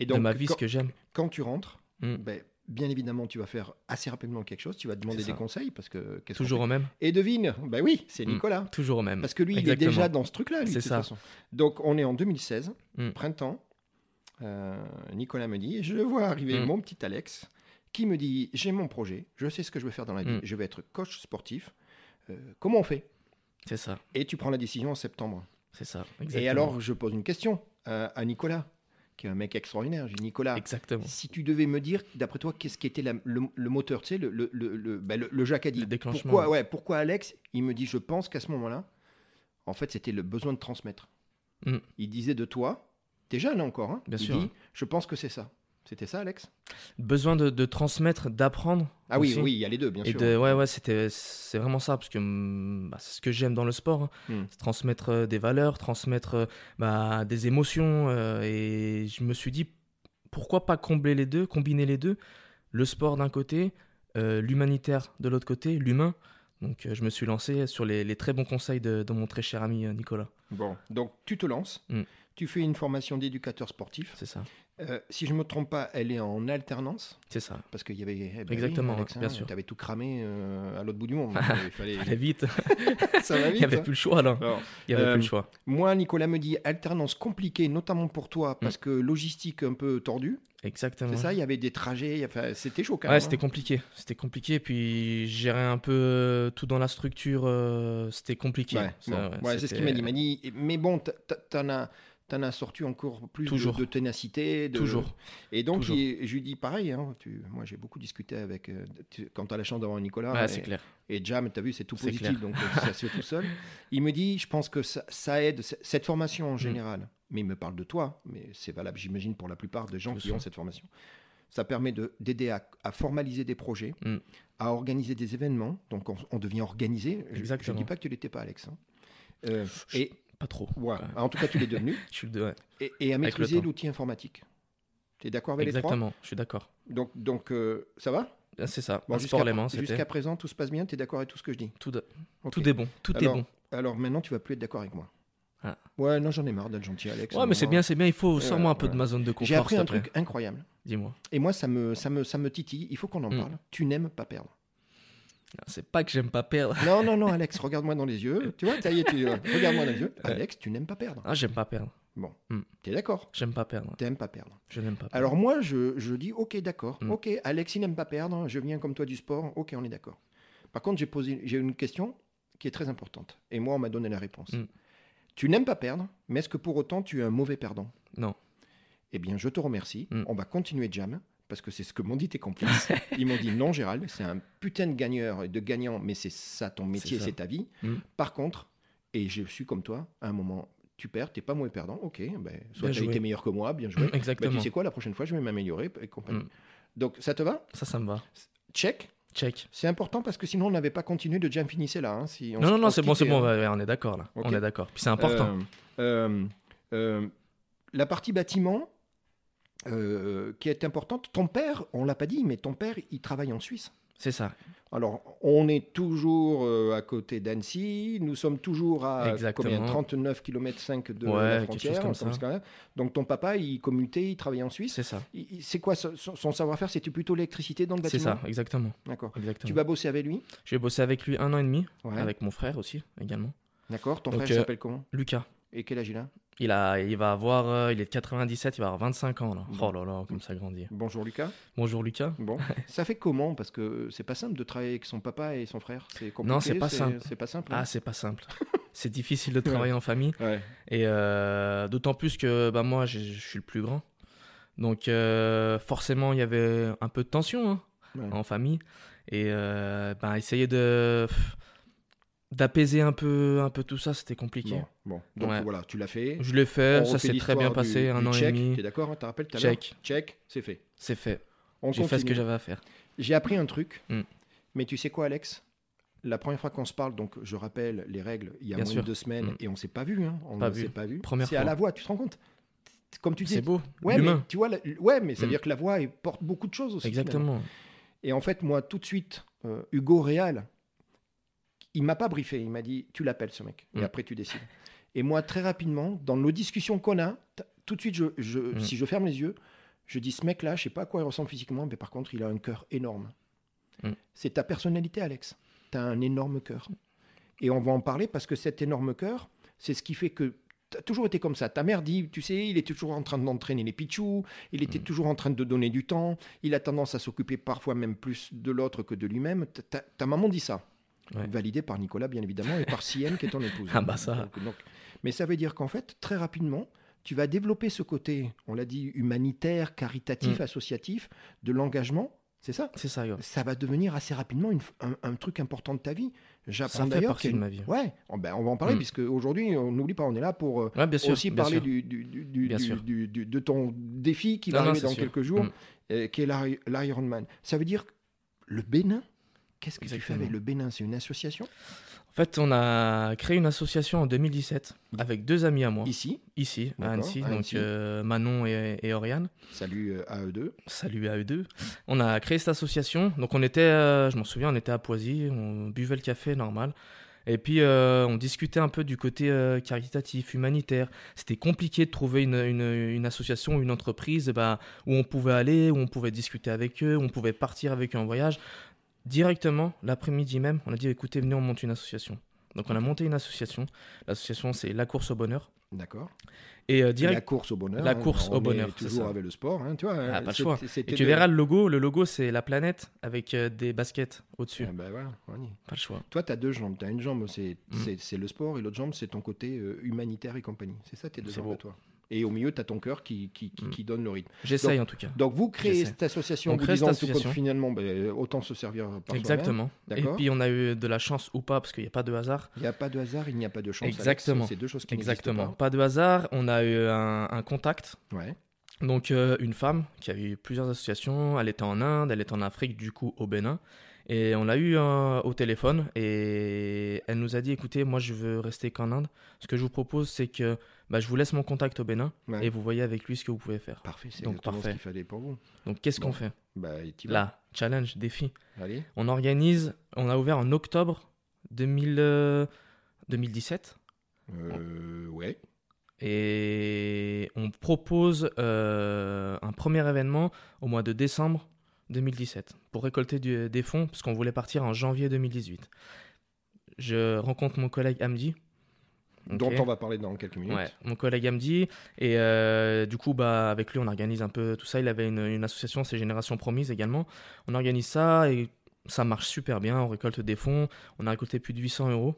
Et donc de ma vie quand, ce que j'aime. quand tu rentres, Mm. ben, Bien évidemment, tu vas faire assez rapidement quelque chose, tu vas demander C'est ça. des conseils parce que qu'est-ce qu'on Toujours au même fait Et devine, bah oui, c'est Mm. Nicolas. Toujours au même. Parce que lui, il est Exactement. déjà dans ce truc-là, lui, C'est de toute ça. façon. Donc, on est en 2016, Mm. printemps. Euh, Nicolas me dit, je vois arriver Mm. mon petit Alex qui me dit, j'ai mon projet, je sais ce que je veux faire dans la vie, Mm. je vais être coach sportif. Euh, comment on fait C'est ça. Et tu prends la décision en septembre. C'est ça. Exactement. Et alors, je pose une question à, à Nicolas, qui est un mec extraordinaire. Je dis, Nicolas, Exactement. si tu devais me dire, d'après toi, qu'est-ce qui était la- le, le moteur, tu sais, le, le, le, le- bah, le- le Jacques a dit. Le déclenchement. Pourquoi, ouais, pourquoi Alex Il me dit, je pense qu'à ce moment-là, en fait, c'était le besoin de transmettre. Mm. Il disait de toi, t'es jeune encore, hein, Bien il sûr, dit, hein. je pense que c'est ça. C'était ça, Alex Besoin de, de transmettre, d'apprendre. Ah oui, aussi. oui, il y a les deux, bien Et sûr. de, ouais, ouais, c'était, c'est vraiment ça, parce que mm, bah, c'est ce que j'aime dans le sport, hein. Mm. C'est transmettre euh, des valeurs, transmettre euh, bah, des émotions. euh, et je me suis dit, pourquoi pas combler les deux, combiner les deux, le sport d'un côté, euh, l'humanitaire de l'autre côté, l'humain. Donc euh, je me suis lancé sur les, les très bons conseils de, de mon très cher ami euh, Nicolas. Bon, donc tu te lances, Mm. tu fais une formation d'éducateur sportif. C'est ça, Euh, si je ne me trompe pas, elle est en alternance, c'est ça. parce qu'il y avait... eh ben oui, Exactement, Alex, ouais, bien hein, sûr. T'avais tout cramé euh, à l'autre bout du monde. Il fallait... Allez vite, ça va il vite. n'y avait hein. plus le choix là. Alors, Il n'y avait Euh, plus le choix. Moi, Nicolas me dit alternance compliquée, notamment pour Mm. toi, parce que logistique un peu tordue. Exactement. C'est ça, il y avait des trajets, il y a- enfin, c'était chaud quand même. hein. Ouais, c'était compliqué. C'était compliqué. Puis gérer un peu euh, tout dans la structure, euh, c'était compliqué. Ouais, Ça, bon. ouais, Ouais, c'est ce c'était- qu'il m'a dit. Il m'a dit, mais bon, t'a- t'a- t'en as. T'en as sorti encore plus de- Toujours. De, ténacité. de- Toujours. Et donc, Toujours. il- je lui dis pareil. hein, tu- moi, j'ai beaucoup discuté avec. euh, tu- quand tu as la chance d'avoir Nicolas. Ouais, et- c'est clair. Et Jam, tu as vu, c'est tout C'est positif, clair. donc euh, ça se fait tout seul. Il me dit, je pense que ça, ça aide, c- cette formation Mm. en général, mais il me parle de toi, mais c'est valable, j'imagine, pour la plupart des gens Bien qui sûr. ont cette formation. Ça permet de- d'aider à, à formaliser des projets, Mm. à organiser des événements, donc on, on devient organisé. Je- Je ne Exactement. dis pas que tu l'étais pas, Alex. hein. Euh, Je- et Pas trop. ouais, Ouais. en tout cas, tu l'es devenu, Je suis de- ouais, et, et à le maîtriser temps. l'outil informatique. Tu es d'accord avec les Exactement. Je suis d'accord. Ah, trois Donc, donc euh, ça va C'est ça. Bon, Un sport Jusqu'à les mains, c'était. jusqu'à présent, tout se passe bien, tu es d'accord avec tout ce que je dis Tout, de- Ok. tout est bon. Tout Alors, est bon. Alors maintenant, tu vas plus être d'accord avec moi. Ah. Ouais, non, j'en ai marre d'être gentil, Alex. Ouais, mais c'est Vraiment. bien, c'est bien. Il faut Ouais, sors-moi un peu ouais. de ma zone de hein. confort. Euh, J'ai appris s'il un te plaît. truc incroyable. Dis-moi. Et moi, ça me, ça me, ça me titille. Il faut qu'on en Mm. parle. Tu n'aimes pas perdre. C'est pas que j'aime pas perdre. Non, non, non, Alex, regarde-moi dans les yeux. Tu vois, ça y est, tu euh, regarde-moi dans les yeux. Ouais. Alex, tu n'aimes pas perdre. Ah, j'aime pas perdre. T'es d'accord J'aime pas perdre. T'aimes pas perdre. Je n'aime pas. Perdre. Alors moi, je, je dis, ok, d'accord. Mm. Ok, Alex, il n'aime pas perdre. Je viens comme toi du sport. Ok, on est d'accord. Par contre, j'ai posé, j'ai une question qui est très importante. Et moi, on m'a donné la réponse. Mm. Tu n'aimes pas perdre, mais est-ce que pour autant tu es un mauvais perdant Non. Eh bien, je te remercie. Mm. On va continuer Jam, parce que c'est ce que m'ont dit tes complices. Ils m'ont dit non, Gérald, c'est un putain de gagneur et de gagnant, mais c'est ça ton métier, ça. c'est ta vie. Mm. Par contre, et je suis comme toi, à un moment, tu perds, t'es pas mauvais perdant, ok, ben, soit tu Bien as joué. été meilleur que moi, bien joué. Bah, Exactement. tu sais quoi, la prochaine fois, je vais m'améliorer et compagnie. Mm. Donc, ça te va Ça, ça me va. Check. Check. C'est important parce que sinon, on n'avait pas continué de Jam finissait là. hein, si on Non, se- non, non, on se c'est bon, c'est quittait, bon. hein. ouais, ouais, on est d'accord là. Ok. On est d'accord. Puis c'est important. Euh, euh, euh, la partie bâtiment, euh, qui est importante, ton père, on l'a pas dit, mais ton père, il travaille en Suisse. C'est ça. Alors, on est toujours euh, à côté d'Annecy, nous sommes toujours à Exactement. combien 39 km 5 de Ouais, la quelque chose frontière. comme on commence ça. quand même. Donc, ton papa, il commutait, il travaillait en Suisse. C'est ça. Il- il- C'est quoi son, son savoir-faire C'était plutôt l'électricité dans le C'est bâtiment ça, exactement. D'accord. exactement. Tu vas bosser avec lui J'ai bossé avec lui un an et demi, Ouais. avec mon frère aussi, également. D'accord. Ton Donc, frère il euh, s'appelle comment Lucas, Et quel âge il a il, a, il va avoir, euh, il est de 97, il va avoir 25 ans là. Mhm. Oh là là, comme ça grandit. Bonjour Lucas. Bonjour Lucas. Bon, ça fait comment Parce que c'est pas simple de travailler avec son papa et son frère. C'est compliqué. Non, c'est pas simple. C'est pas simple. hein. Ah, c'est pas simple. c'est difficile de travailler en famille. Ouais. Et euh, d'autant plus que bah, moi, j'ai- je suis le plus grand. Donc euh, forcément, il y avait un peu de tension hein, Ouais. en famille. Et euh, bah, essayer de d'apaiser un peu, un peu tout ça, c'était compliqué. Bon, bon. Donc Ouais. voilà, tu l'as fait. Je l'ai fait, On ça refait s'est très bien l'histoire du- passé, un du an check. et demi. T'es d'accord hein, T'as rappelé tout à l'heure Check, Check, c'est fait. c'est fait. On J'ai fait ce que continue. j'avais à faire. J'ai appris un truc. Mm. Mais tu sais quoi, Alex La première fois qu'on se parle, donc je rappelle les règles, il y a Bien moins sûr. de deux semaines Mm. et on s'est pas vu. hein. On Pas ne vu. s'est pas vu. Première C'est à fois. la voix, tu te rends compte Comme tu dis. C'est beau, Ouais, mais, l'humain. tu vois, la- ouais, mais ça veut Mm. dire que la voix elle porte beaucoup de choses aussi. finalement. Exactement. Et en fait, moi, tout de suite, euh, Hugo Réal, il m'a pas briefé. Il m'a dit, tu l'appelles ce mec. Et Mm. après, tu décides. Et moi, très rapidement, dans nos discussions qu'on a, t- tout de suite, je, je- Mm. si je ferme les yeux, Je dis, ce mec-là, je sais pas à quoi il ressemble physiquement, mais par contre, il a un cœur énorme. Mm. C'est ta personnalité, Alex. Tu as un énorme cœur. Et on va en parler parce que cet énorme cœur, c'est ce qui fait que tu as toujours été comme ça. Ta mère dit, tu sais, il est toujours en train d'entraîner les pitchous, il était Mm. toujours en train de donner du temps, il a tendance à s'occuper parfois même plus de l'autre que de lui-même. Ta, ta- ta maman dit ça. Ouais. Validé par Nicolas, bien évidemment, et par Sienne, qui est ton épouse. Ah bah ça. Donc- donc- mais ça veut dire qu'en fait, très rapidement, tu vas développer ce côté, on l'a dit, humanitaire, caritatif, Mm. associatif, de l'engagement. C'est ça C'est ça, gars. ça va devenir assez rapidement une f- un, un truc important de ta vie. Ça J'apprends fait d'ailleurs partie qu'il y a une- de ma vie. Ouais, oh ben, on va en parler Mm. puisque aujourd'hui, on n'oublie pas, on est là pour euh, Ouais, bien sûr. aussi bien parler sûr. du, du- du- du- Bien du- sûr. du- du- de ton défi qui Non, va non, arriver c'est dans sûr. quelques jours, Mm. euh, qui est l'I- l'Ironman. Ça veut dire que le Bénin, qu'est-ce que tu fais Exactement. avec le Bénin C'est une association En fait, on a créé une association en 2017 avec deux amis à moi, ici. ici, à D'accord, Annecy, à donc Annecy. euh, Manon et, et Oriane. Salut euh, à eux deux. Salut à eux deux. On a créé cette association. Donc on était, euh, je m'en souviens, on était à Poisy, on buvait le café normal. Et puis euh, on discutait un peu du côté euh, caritatif, humanitaire. C'était compliqué de trouver une, une, une association, une entreprise bah, où on pouvait aller, où on pouvait discuter avec eux, où on pouvait partir avec eux en voyage. Directement, l'après-midi même, on a dit écoutez, venez, on monte une association. Donc on a monté une association. L'association, c'est La Course au Bonheur. D'accord. Et euh, La direct, course au bonheur. La hein, course on au est bonheur, c'est Toujours ça. avec le sport, hein, tu vois. Ah, pas le c'est- choix. c'était et tu de- verras le logo. Le logo, c'est la planète avec euh, des baskets au-dessus. Ah, ben voilà, on y est. Pas le choix. Toi, tu as deux jambes. Tu as une jambe, c'est Mm. c'est- c'est le sport, et l'autre jambe, c'est ton côté euh, humanitaire et compagnie. C'est ça tes deux C'est jambes beau. à toi. Et au milieu, tu as ton cœur qui, qui, qui, Mm. qui donne le rythme. J'essaye en tout cas. Donc, vous créez J'essaie. cette association On en vous crée disant cette tout comme association. finalement, ben, autant se servir par soi-même. Exactement. Et D'accord. puis on a eu de la chance ou pas, parce qu'il n'y a pas de hasard. Il n'y a pas de hasard, il n'y a pas de chance. Alex. Exactement. C'est deux choses qui n'existent Exactement. Pas. de hasard. On a eu un, un contact. pas. Ouais. Donc euh, une femme qui a eu plusieurs associations. Elle était en Inde, elle était en Afrique, du coup au Bénin. Et on l'a eu euh, au téléphone et elle nous a dit écoutez, moi je veux rester qu'en Inde. Ce que je vous propose, c'est que bah, je vous laisse mon contact au Bénin Ouais. et vous voyez avec lui ce que vous pouvez faire. Parfait, c'est Donc, exactement ce parfait. qu'il fallait pour vous. Donc qu'est-ce Bon. qu'on fait Bah, et t'y vas. Là, challenge, défi. Allez. On organise, on a ouvert en octobre 2000, euh, 2017 Euh, ouais. et on propose euh, un premier événement au mois de décembre 2017 pour récolter du- des fonds parce qu'on voulait partir en janvier 2018. Je rencontre mon collègue Amdi. Dont Ok. on va parler dans quelques minutes. Ouais, mon collègue Amdi. Et euh, du coup, bah, avec lui, on organise un peu tout ça. Il avait une, une association, c'est Génération Promise également. On organise ça et ça marche super bien. On récolte des fonds. On a récolté plus de 800 euros.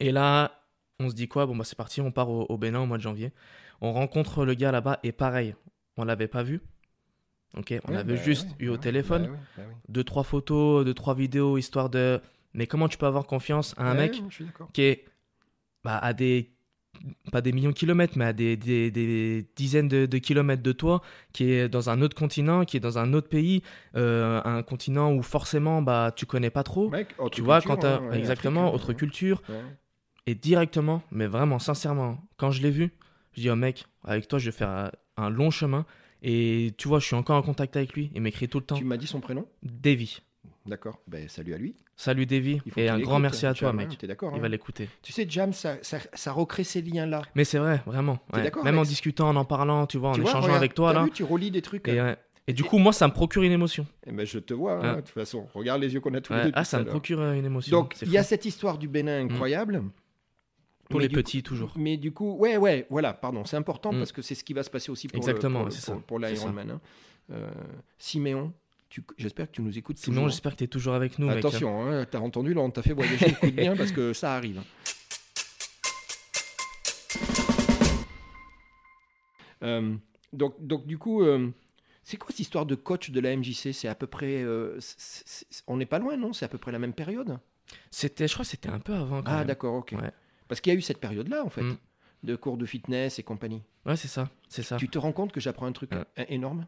Et là, on se dit quoi Bon, bah, c'est parti, on part au, au Bénin au mois de janvier. On rencontre le gars là-bas et pareil, on l'avait pas vu. Ok, on Ouais, l'avait bah juste ouais, eu au bah ouais, téléphone. bah ouais, bah ouais. Deux, trois photos, deux, trois vidéos, histoire de. Mais comment tu peux avoir confiance à un Ouais, mec Bah, ouais, Je suis d'accord. qui est bah, à des pas des millions de kilomètres, mais à des, des- des dizaines de, de kilomètres de toi, qui est dans un autre continent, qui est dans un autre pays, euh, un continent où forcément bah tu connais pas trop. Mec, autre tu vois, culture, quand t'as- hein, ouais, exactement Afrique, autre hein, culture ouais. et directement, mais vraiment sincèrement, quand je l'ai vu, je dis oh mec, avec toi je vais faire euh, un long chemin et tu vois, je suis encore en contact avec lui, il m'écrit tout le temps, Tu m'as dit son prénom Davy. D'accord. Ben, salut à lui. Salut Davy Il faut et qu'il un l'écoute, grand merci à toi Jam, hein, mec. T'es d'accord Il hein. va l'écouter. Tu sais, Jam, ça, ça, ça recrée ces liens-là. Mais c'est vrai, vraiment. T'es ouais. d'accord, Même en Alex discutant, en en parlant, tu vois, en Tu vois, échangeant regarde, avec toi, t'as là. vu, tu relis des trucs. Et, euh, hein. ouais. Et du coup, moi, ça me procure une émotion. Eh ben, je te vois, hein, Ah. de toute façon. Regarde les yeux qu'on a tous Ouais. les deux. Ah, tout ça à me l'heure. procure euh, une émotion. Donc, C'est il y a fou. Mm. cette histoire du Bénin incroyable. Pour Mais les du coup- petits, toujours. Mais du coup, ouais, ouais, voilà, pardon, c'est important Mm. parce que c'est ce qui va se passer aussi pour le- Exactement, pour le- c'est ça, pour- pour c'est ça. l'Ironman. hein. Euh, Siméon, tu- j'espère que tu nous écoutes. Sinon, toujours. j'espère que t'es toujours avec nous, mec. Attention, hein, t'as entendu, là, on t'a fait voyager le coup de bien parce que ça arrive. Euh, donc, donc, du coup, euh, c'est quoi cette histoire de coach de la MJC C'est à peu près. euh, c- c- c- on n'est pas loin, non C'est à peu près la même période C'était, je crois que c'était un peu avant. Quand Ah, même. d'accord, ok. Ouais. Parce qu'il y a eu cette période-là, en fait, Mm. de cours de fitness et compagnie. Ouais, c'est ça. C'est ça. Tu te rends compte que j'apprends un truc Ouais. é- énorme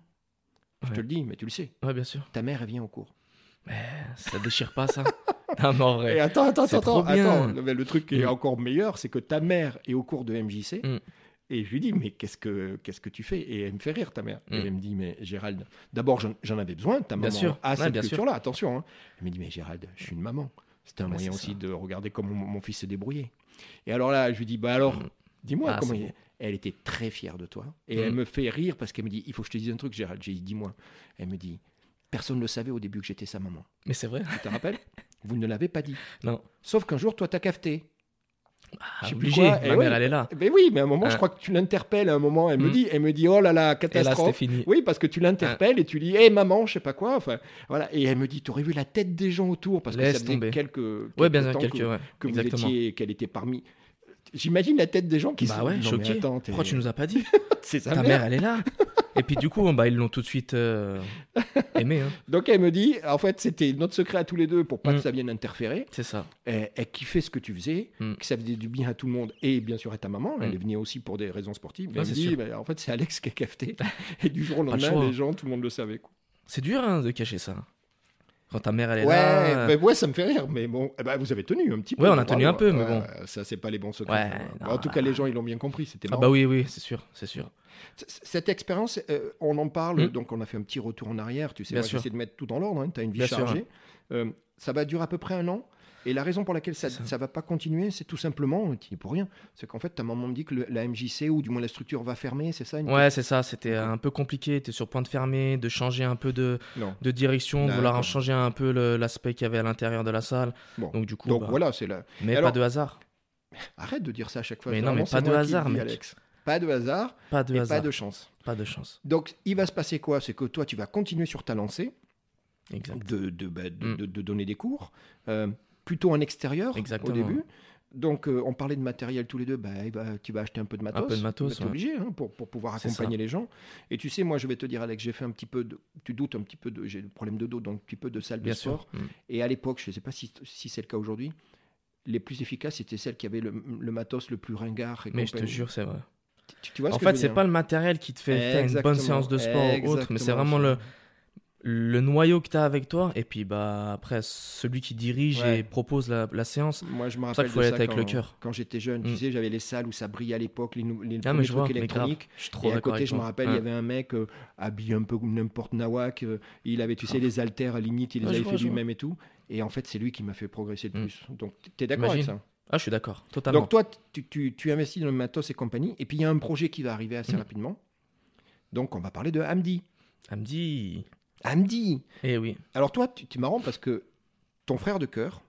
Je te Ouais. le dis, mais tu le sais. Ouais, bien sûr. Ta mère, elle vient au cours. Ah, Ça déchire pas, ça. non, mais en Et vrai. attends, attends, C'est attends, trop bien. attends. Le, le truc qui est Mm. encore meilleur, c'est que ta mère est au cours de MJC. Mm. Et je lui dis, mais qu'est-ce que qu'est-ce que tu fais Et elle me fait rire, ta mère. Et Mm. elle me dit, mais Gérald, d'abord, j'en- j'en avais besoin. Ta Bien maman sûr. a Ouais, cette bien sûr. culture-là, attention. hein. Elle me dit, mais Gérald, je suis une maman. C'était un Ouais, moyen c'est ça. aussi de regarder comment mon, mon fils se débrouillait. Et alors là, je lui dis, bah alors, Dis-moi Ah, comment c'est il beau. est. Elle était très fière de toi. Et Mhm. elle me fait rire parce qu'elle me dit Il faut que je te dise un truc, Gérald. J'ai dit Dis-moi. Elle me dit Personne ne le savait au début que j'étais sa maman. Mais c'est vrai. Tu te rappelles Vous ne l'avez pas dit. Non. Sauf qu'un jour, toi, t'as cafeté. Ah, Je sais plus obligé. quoi, Ma eh mère, oui. elle est là. Mais oui, mais à un moment, Hein. je crois que tu l'interpelles. À un moment, elle me Mhm. dit Elle me dit Oh là là, Et là, catastrophe. c'était fini. Ah. Oui, parce que tu l'interpelles et tu dis, hé maman, je sais pas quoi. Enfin, voilà. Et elle me dit, t'aurais vu la tête des gens autour parce que Laisse ça faisait tomber. quelques, quelques Ouais, bien sûr, temps quelques. que, ouais, que vous Exactement. étiez, qu'elle était parmi. J'imagine la tête des gens qui Bah se ouais, Non, mais choqués. attends, t'es- Ah, Pourquoi tu nous as pas dit C'est sa Ta mère. mère, elle est là. Et puis du coup, bah, ils l'ont tout de suite euh, aimé. hein. Donc elle me dit, en fait, c'était notre secret à tous les deux pour pas Mm. que ça vienne interférer. C'est ça. Elle, elle kiffait eh, ce que tu faisais, Mm. que ça faisait du bien à tout le monde et bien sûr à ta maman. Elle Mm. est venue aussi pour des raisons sportives. Mais Ouais, elle me c'est dit, sûr. bah, en fait, c'est Alex qui a cafeté. Et du jour au Pas le lendemain, choix. les gens, tout le monde le savait. quoi. C'est dur hein, de cacher ça. Quand ta mère, elle est Ouais, là. ben ouais, ça me fait rire, mais bon, eh ben, vous avez tenu un petit peu. Ouais, on a bravo. tenu un peu, mais Ouais, bon. ouais, Euh, Ça, c'est pas les bons Ouais, secrets. quoi. non, en tout bah- cas, les gens, ils l'ont bien compris, c'était Ah marrant. bah oui, oui, c'est sûr, c'est sûr. C- Cette expérience, euh, on en parle, Mm. donc on a fait un petit retour en arrière, tu sais, Bien moi, sûr. j'essaie de mettre tout dans l'ordre, tu as une vie Bien sûr, chargée. Euh, ça va durer à peu près un an, et la raison pour laquelle ça C'est ça. ne va pas continuer, c'est tout simplement, tu n'y es pour rien, c'est qu'en fait, ta maman me dit que le- la MJC, ou du moins la structure, va fermer, c'est ça une- Ouais, c'est ça, c'était un peu compliqué, t'es sur point de fermer, de changer un peu de, Non. de direction, de D'accord. vouloir en changer un peu le- l'aspect qu'il y avait à l'intérieur de la salle. Bon. Donc du coup, Donc bah, voilà, c'est la... mais Alors- pas de hasard. Arrête de dire ça à chaque fois. Mais vraiment, non, mais c'est pas de moi qui le hasard, dis, mec. Alex. Pas de hasard, Pas de et hasard, pas de chance. chance. Donc, il va se passer quoi C'est que toi, tu vas continuer sur ta lancée Exact. de, de, bah, de- Mm. de- de donner des cours, euh, plutôt en extérieur Exactement. au début. Donc, euh, on parlait de matériel tous les deux. Bah, il va- tu vas acheter un peu de matos. peu de matos, Bah, t'es ouais. obligé hein, pour, pour pouvoir C'est accompagner les gens. Et tu sais, moi, je vais te dire, Alex, j'ai fait un petit peu de. Tu doutes un petit peu de. J'ai le problème de dos, donc un petit peu de salle Bien de sport. sûr. Mm. Et à l'époque, je ne sais pas si, si c'est le cas aujourd'hui, les plus efficaces étaient celles qui avaient le, le matos le plus ringard. Et Mais je te compagnie. jure, c'est vrai. Tu, tu vois ce En que fait, je veux c'est dire pas le matériel qui te fait faire une bonne Exactement, séance de sport ou autre, mais c'est exactement vraiment ça. le, le noyau que t'as avec toi. Et puis bah après, celui qui dirige Ouais. et propose la, la séance. Moi, je me ça rappelle qu'il faut de y être ça avec quand, le cœur. quand j'étais jeune. Tu Mm. sais, j'avais les salles où ça brillait à l'époque, les, nou- les Ah premiers mais je vois, trucs mais grave. électroniques. Je suis trop et à d'accord côté, avec je me toi. rappelle, il y Ouais. avait un mec euh, habillé un peu comme n'importe nawak. euh, il avait, tu sais, Ah. les haltères limite, il les Ouais, je avait vois, fait je vois. lui-même et tout. Et en fait, c'est lui qui m'a fait progresser le Mm. plus. Donc, tu es d'accord avec ça Ah, je suis d'accord, totalement. Donc, toi, tu, tu- tu investis dans le matos et compagnie. Et puis, il y a un projet qui va arriver assez Mm. rapidement. Donc, on va parler de Hamdi. Elle me dit. Hamdi Eh oui. Alors, toi, tu es marrant parce que ton frère de cœur,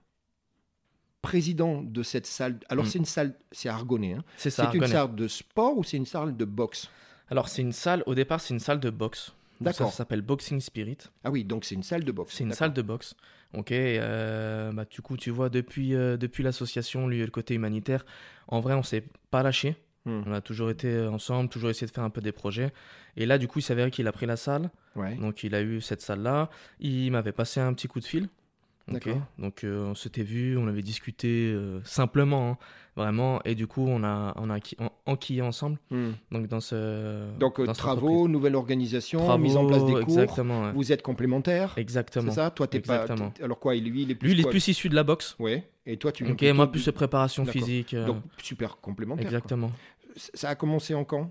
président de cette salle. Alors, Mm. c'est une salle, c'est Argonnet. hein. C'est ça. C'est une Argonnet. salle de sport ou c'est une salle de boxe Alors, c'est une salle, au départ, c'est une salle de boxe. Donc, Ça, D'accord. ça s'appelle Boxing Spirit. Ah oui, donc c'est une salle de boxe. C'est une d'accord. salle de boxe. Ok, euh, bah, du coup, tu vois, depuis, euh, depuis l'association, lui, le côté humanitaire, en vrai, on s'est pas lâché. Hmm. On a toujours été ensemble, toujours essayé de faire un peu des projets. Et là, du coup, il s'avérait qu'il a pris la salle. Ouais. Donc, il a eu cette salle-là. Il m'avait passé un petit coup de fil. Ok. D'accord. Donc, euh, on s'était vu, on avait discuté euh, simplement, hein, vraiment. Et du coup, on a, on a enqui- en- enquillé ensemble. Hmm. Donc, dans ce. Donc euh, dans cette entreprise. travaux, nouvelle organisation, Travaux, mise en place des cours. Exactement. ouais. Vous êtes complémentaires. Exactement. C'est ça Toi, t'es pas. Exactement. t'es- Alors quoi et Lui, il est plus. Lui, il est quoi plus issu de la boxe. Ouais. Et toi, tu. viens Ok, plutôt moi du- plus de préparation D'accord. physique. euh, Donc super complémentaire. quoi. exactement. C- Ça a commencé en quand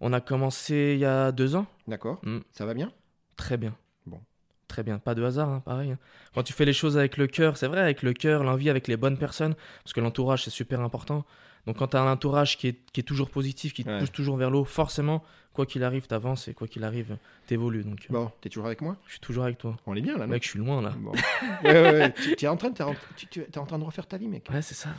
On a commencé il y a deux ans. D'accord. Hmm. Ça va bien Très bien. Bon. Très bien. Pas de hasard, hein, pareil. hein. Quand tu fais les choses avec le cœur, c'est vrai, avec le cœur, l'envie, avec les bonnes personnes, parce que l'entourage, c'est super important. Donc quand tu as un entourage qui est, qui est toujours positif, qui te Ouais. pousse toujours vers le haut, forcément, quoi qu'il arrive, t'avances et quoi qu'il arrive, t'évolues. Donc euh, Bon, t'es toujours avec moi je suis toujours avec toi. On est bien là, non Mec, je suis loin là. Bon. Ouais, ouais, ouais. Tu tu es en train de, t'es en- tu- tu- t'es en train de refaire ta vie, mec. Ouais, c'est ça.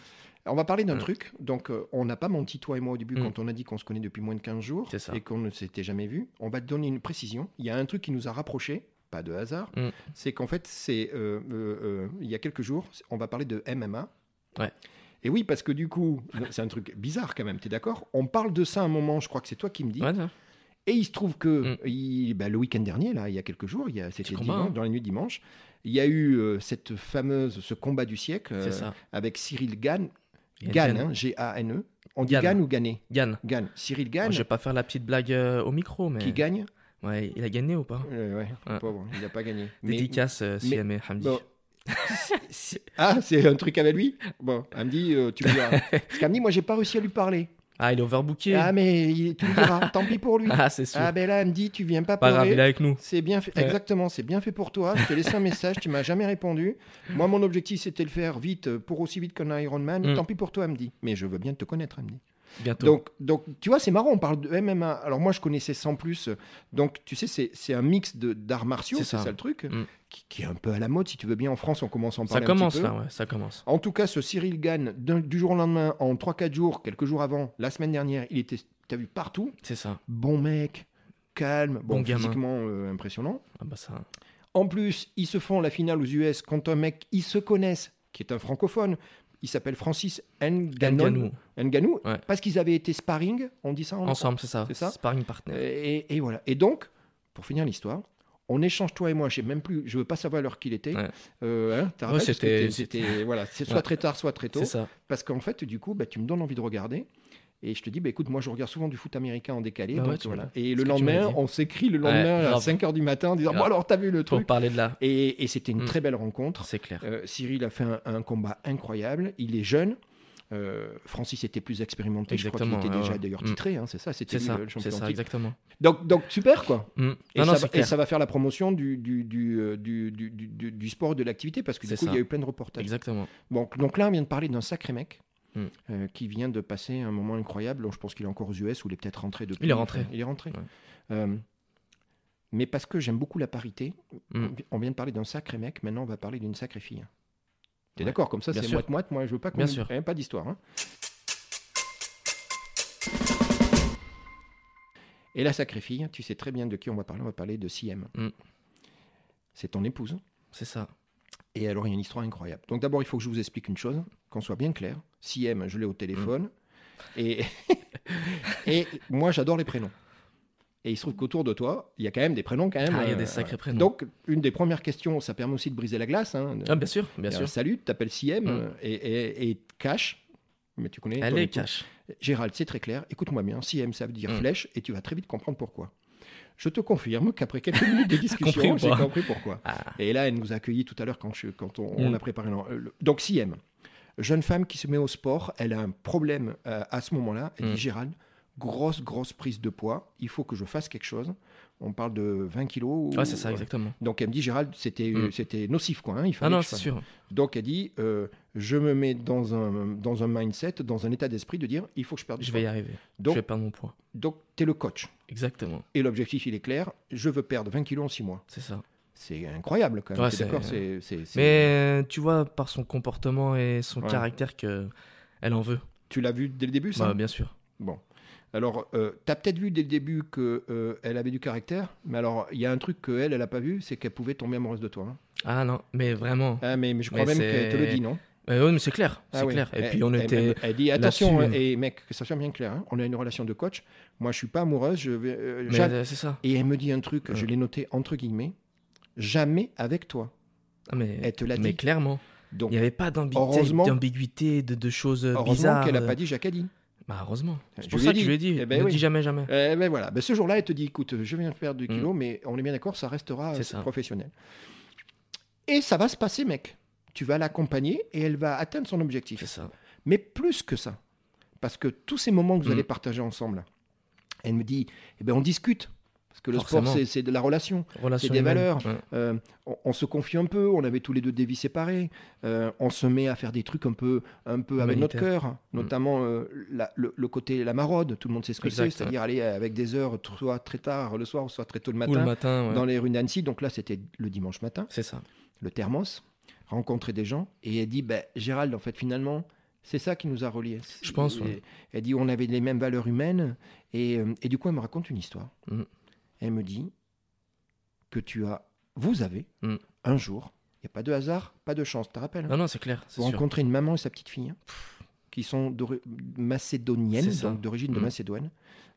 On va parler d'un Mm. truc. Donc, euh, on n'a pas menti, toi et moi, au début, Mm. quand on a dit qu'on se connaît depuis moins de 15 jours C'est ça. et qu'on ne s'était jamais vu. On va te donner une précision. Il y a un truc qui nous a rapprochés, pas de hasard. Mm. C'est qu'en fait, c'est euh, euh, euh, il y a quelques jours, on va parler de MMA. Ouais. Et oui, parce que du coup, c'est un truc bizarre quand même, t'es d'accord On parle de ça un moment, je crois que c'est toi qui me dis. Ouais, tiens. Et il se trouve que Mm. il- bah, le week-end dernier, là, il y a quelques jours, il y a- c'était combat, dimanche, hein. dans la nuit de dimanche, il y a eu euh, cette fameuse, ce combat du siècle c'est euh, ça. avec Cyril Gann Et Gann, Yann- hein, G-A-N-E. On dit Gann. Oh, Gann ou Ganné Yann. Gann. Cyril Bon, Gann, je vais pas faire la petite blague euh, au micro, mais. qui gagne Ouais, il a gagné ou pas Euh, ouais, Ouais. pauvre, il n'a pas gagné. Dédicace euh, si mais- jamais Hamdi. bon, c'est- c'est- ah, c'est un truc avec lui Bon, elle me dit, euh, tu me diras. Parce qu'elle me dit, moi, j'ai pas réussi à lui parler. Ah, il est overbooké. Ah, Ah, mais il- tu me diras, tant pis pour lui. c'est sûr. Ah, ben là, elle me dit, tu viens pas pas grave, pleurer. il est avec nous. C'est bien fait, Ouais. exactement, c'est bien fait pour toi. Je t'ai laissé un message, tu m'as jamais répondu. Moi, mon objectif, c'était de le faire vite, euh, pour aussi vite qu'un Ironman. Mm. Tant pis pour toi, elle me dit. Mais je veux bien te connaître, elle me dit. Bientôt. Donc, donc, tu vois, c'est marrant, on parle de MMA. Alors, moi, je connaissais sans plus. Donc, tu sais, c'est, c'est un mix de, d'arts martiaux, C'est c'est ça. ça. le truc, Mm. qui, qui est un peu à la mode, si tu veux bien. En France, on commence à en ça parler. un commence petit peu. là, ouais, ça commence. En tout cas, ce Cyril Gann, d'un- du jour au lendemain, en 3-4 jours, quelques jours avant, la semaine dernière, il était, t'as vu, partout. C'est ça. Bon mec, calme, bon, Bon gamin. physiquement euh, impressionnant. Ah bah ça. En plus, ils se font la finale aux US contre un mec, ils se connaissent, qui est un francophone. Il s'appelle Francis Nganou. Ngannou. Nganou, Ouais. parce qu'ils avaient été sparring, on dit ça en Ensemble, c'est ça. C'est ça Sparring partner. Et, et voilà. Et donc, pour finir l'histoire, on échange toi et moi. Je sais même plus. Je veux pas savoir à l'heure qu'il était. Ouais. Euh, hein, t'as Ouais, raison, parce c'était- que t'es- c'était- voilà. C'est soit Ouais. très tard, soit très tôt. C'est ça. Parce qu'en fait, du coup, bah, tu me donnes envie de regarder. Et je te dis, bah, écoute, moi, je regarde souvent du foot américain en décalé. Bah donc ouais, tu voilà. m'as- Et ce le que tu m'as lendemain, dit. on s'écrit le lendemain Ouais, à grave. 5h du matin en disant, bon Grave. alors, t'as vu le Pour truc. parler de là, Et, et c'était une Mm. très belle rencontre. c'est clair. Euh, Cyril a fait un, un combat incroyable. Il est jeune. Euh, Francis était plus expérimenté. je Exactement, crois qu'il était ouais, déjà ouais. d'ailleurs Mm. titré. hein, c'est ça, c'était C'est lui, ça, le champion c'est ça, titre. exactement. Donc, donc super quoi. Mm. Et, Non, non, ça, c'est va, et clair. ça va faire la promotion du, du, du, euh, du, du, du- du- du sport, de l'activité, parce que du C'est coup, ça. il y a eu plein de reportages. Exactement. Bon, donc là, on vient de parler d'un sacré mec Mm. euh, qui vient de passer un moment incroyable. Je pense qu'il est encore aux US ou il est peut-être rentré depuis. Il est rentré. Il est rentré. Ouais. Euh, mais parce que j'aime beaucoup la parité, Mm. on vi- on vient de parler d'un sacré mec, maintenant on va parler d'une sacrée fille. T'es Ouais. d'accord Comme ça, Bien c'est sûr. moite-moite. Moi, je veux pas qu'on. Bien sûr. Eh, pas d'histoire. hein. Et la sacrée fille, tu sais très bien de qui on va parler. On va parler de Siem. Mm. C'est ton épouse. C'est ça. Et alors, il y a une histoire incroyable. Donc, d'abord, il faut que je vous explique une chose, qu'on soit bien clair. Siem, je l'ai au téléphone. Mm. Et, et moi, j'adore les prénoms. Et il se trouve qu'autour de toi, il y a quand même des prénoms quand même. Ah, il y a des euh, sacrés prénoms. Donc, une des premières questions, ça permet aussi de briser la glace. hein. Ah, bien sûr, bien Euh, sûr. Salut, tu t'appelles Siem Mm. euh, et, et, et Cash. Mais tu connais. ton Allez, épouse. cash. Gérald, c'est très clair. Écoute-moi bien. Siem, ça veut dire Mm. flèche et tu vas très vite comprendre pourquoi. Je te confirme qu'après quelques minutes de compris discussion, ou j'ai pas compris pourquoi. Ah, Et là, elle nous a accueillis tout à l'heure quand, je- quand on, on Mm. a préparé. l'en- euh, le- donc, Siem, jeune femme qui se met au sport, elle a un problème euh, à ce moment-là. Elle Mm. dit Gérald, grosse, grosse prise de poids, il faut que je fasse quelque chose. On parle de 20 kilos. ou- ouais, c'est ça, exactement. Donc, elle me dit Gérald, c'était Mm. c'était nocif, quoi. hein, il Ah fallait non, que je c'est fasse. sûr. Donc, elle dit euh, Je me mets dans un, dans un mindset, dans un état d'esprit de dire Il faut que je perde du Je vais y poids. arriver. Donc, Je vais perdre mon poids. donc tu es le coach. Exactement, Et l'objectif, il est clair je veux perdre 20 kilos en 6 mois. c'est ça. C'est incroyable, quand même. Ouais, T'es c'est- d'accord C'est- c'est- c'est- Mais tu vois, par son comportement et son Ouais. caractère, que elle en veut. Tu l'as vu dès le début, ça Bah, bien sûr. Bon. Alors, euh, t'as peut-être vu dès le début que euh, elle avait du caractère, mais alors, il y a un truc que elle, elle a pas vu, c'est qu'elle pouvait tomber amoureuse de toi. hein. Ah non, mais vraiment. Ah, mais, mais je crois Mais même c'est- qu'elle te le dit, non Euh, oui, mais c'est clair, Ah c'est oui. clair. Et Elle- puis on elle- était. Elle, elle dit, attention, hein, là-dessus. et mec, que ça soit bien clair, hein, on a une relation de coach, moi je suis pas amoureuse, je vais... euh, Mais, jamais- euh, c'est ça. Et elle me dit un truc, je Ouais. l'ai noté entre guillemets, jamais avec toi. Ah, mais, Elle te l'a mais dit. clairement, il Donc, n'y avait pas d'ambi- Heureusement- d'ambiguïté, de, de choses euh, heureusement bizarres. qu'elle a pas dit Jacadi. Bah, heureusement. Je C'est pour lui ai ça que dit. je lui ai dit. Eh ben ne oui. dis jamais, jamais. Eh ben voilà, Ben ce jour-là, elle te dit écoute, je viens de perdre du Mm. kilo, mais on est bien d'accord, ça restera C'est euh, ça. professionnel. Et ça va se passer, mec. Tu vas l'accompagner et elle va atteindre son objectif. C'est ça. Mais plus que ça, parce que tous ces moments que vous Mm. allez partager ensemble, elle me dit eh ben on discute. Parce que le Forcément. sport, c'est- c'est de la relation. Relation des humaine. valeurs. Ouais. Euh, on, on se confie un peu, on avait tous les deux des vies séparées. Euh, on se met à faire des trucs un peu, un peu avec notre Humanitaire. cœur, notamment euh, la- le, le côté la maraude. Tout le monde sait ce que c'est, Mm. Exact, c'est-à-dire aller avec des heures, soit très tard le soir, soit très tôt le Hein? matin, Ou le matin, ouais. dans les rues d'Annecy. Donc là, c'était le dimanche matin, C'est ça. le thermos, rencontrer des gens. Et elle dit ben Gérald, en fait, finalement. C'est ça qui nous a reliés. Je pense, Et- ouais. Elle dit on avait les mêmes valeurs humaines. Et, euh, et du coup, elle me raconte une histoire. Mm. Elle me dit que tu as, vous avez, Mm. un jour, il n'y a pas de hasard, pas de chance, tu te rappelles hein, Non, non, c'est clair, c'est Vous sûr. rencontrez une maman et sa petite fille, hein, qui sont d'ori- macédoniennes, C'est ça. donc d'origine de Mm. Macédoine.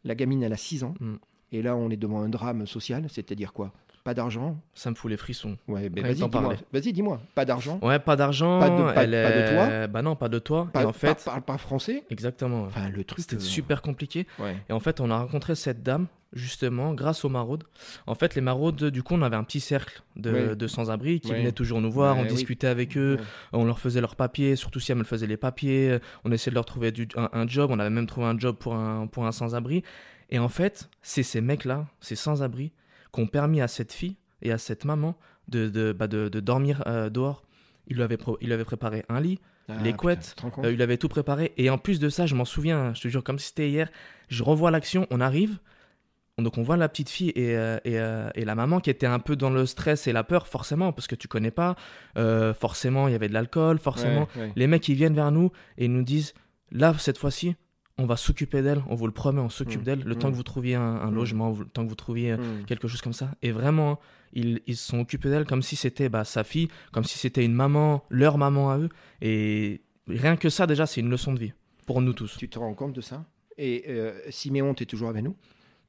La gamine, elle a 6 ans. Mm. Et là, on est devant un drame social, c'est-à-dire quoi Pas d'argent Ça me fout les frissons. Ouais, ben Rien vas-y, que d'en dis-moi. parler. Vas-y, dis-moi. Pas d'argent Ouais, pas d'argent. Pas de- pas- elle pas de est- Bah non, pas de toi. Pas, et en fait, pas- pas- pas français exactement. ouais. Enfin, le truc. C'était euh, super compliqué. ouais. Et en fait, on a rencontré cette dame, justement, grâce aux maraudes. En fait, les maraudes, du coup, on avait un petit cercle de, Ouais. de sans-abri qui Ouais. venaient toujours nous voir. Ouais, on oui. discutait avec eux. Ouais. On leur faisait leurs papiers, surtout si elle me le faisait les papiers. Euh, On essayait de leur trouver du- un, un job. On avait même trouvé un job pour un, pour un sans-abri. Et en fait, c'est ces mecs-là, ces sans-abri, qui ont permis à cette fille et à cette maman de, de, bah, de, de dormir euh, dehors. Ils lui, avaient pro- ils lui avaient préparé un lit, Ah, les putain, couettes. tu te rends compte Euh, il avait tout préparé. Et en plus de ça, je m'en souviens, hein, je te jure, comme si c'était hier, je revois l'action, on arrive. Donc on voit la petite fille et, euh, et, euh, et la maman qui était un peu dans le stress et la peur, forcément, parce que tu connais pas. Euh, forcément, il y avait de l'alcool, forcément. Ouais, ouais. Les mecs, ils viennent vers nous et ils nous disent, là, cette fois-ci, on va s'occuper d'elle, on vous le promet, on s'occupe Mm. d'elle, le temps Mm. que vous trouviez un, un Mm. logement, vous- le temps que vous trouviez euh, Hmm. quelque chose comme ça. Et vraiment, ils, ils se sont occupés d'elle comme si c'était bah, sa fille, comme si c'était une maman, leur maman à eux. Et rien que ça, déjà, c'est une leçon de vie pour nous tous. Tu te rends compte de ça Et euh, Siméon, tu es toujours avec nous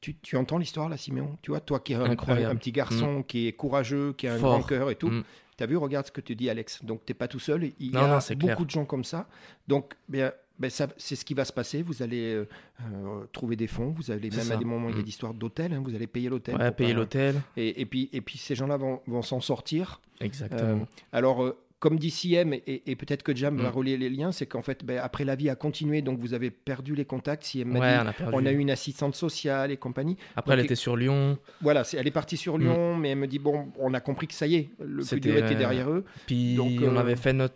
tu, tu entends l'histoire là, Siméon Tu vois, toi qui es un, Incroyable. Hmm. un- un petit garçon qui est courageux, qui a un Fort. grand cœur et tout, Mm. tu as vu, regarde ce que te dit Alex. Donc, tu pas tout seul. Il y Non, a non, c'est beaucoup clair. de gens comme ça. Donc, bien, ben, ça, c'est ce qui va se passer. Vous allez euh, euh, trouver des fonds. Vous allez C'est même à ça. des moments, il y a Mm. des histoires d'hôtels. hein, vous allez payer l'hôtel. Ouais, pour payer pas- l'hôtel. Et, et puis, et puis, ces gens-là vont, vont s'en sortir. Exactement. Euh, alors, euh, comme dit CM, et, et peut-être que Jam va Mm. relier les liens, c'est qu'en fait, ben, après la vie a continué, donc vous avez perdu les contacts. CM m'a ouais, dit, on a perdu. on a eu une assistante sociale et compagnie. Après, elle ok. était sur Lyon. Voilà, c'est- elle est partie sur Lyon, mais elle me dit, bon, on a compris que ça y est, le plus Mm. C'était, dur était euh, derrière eux. Puis Donc, on euh, avait fait notre,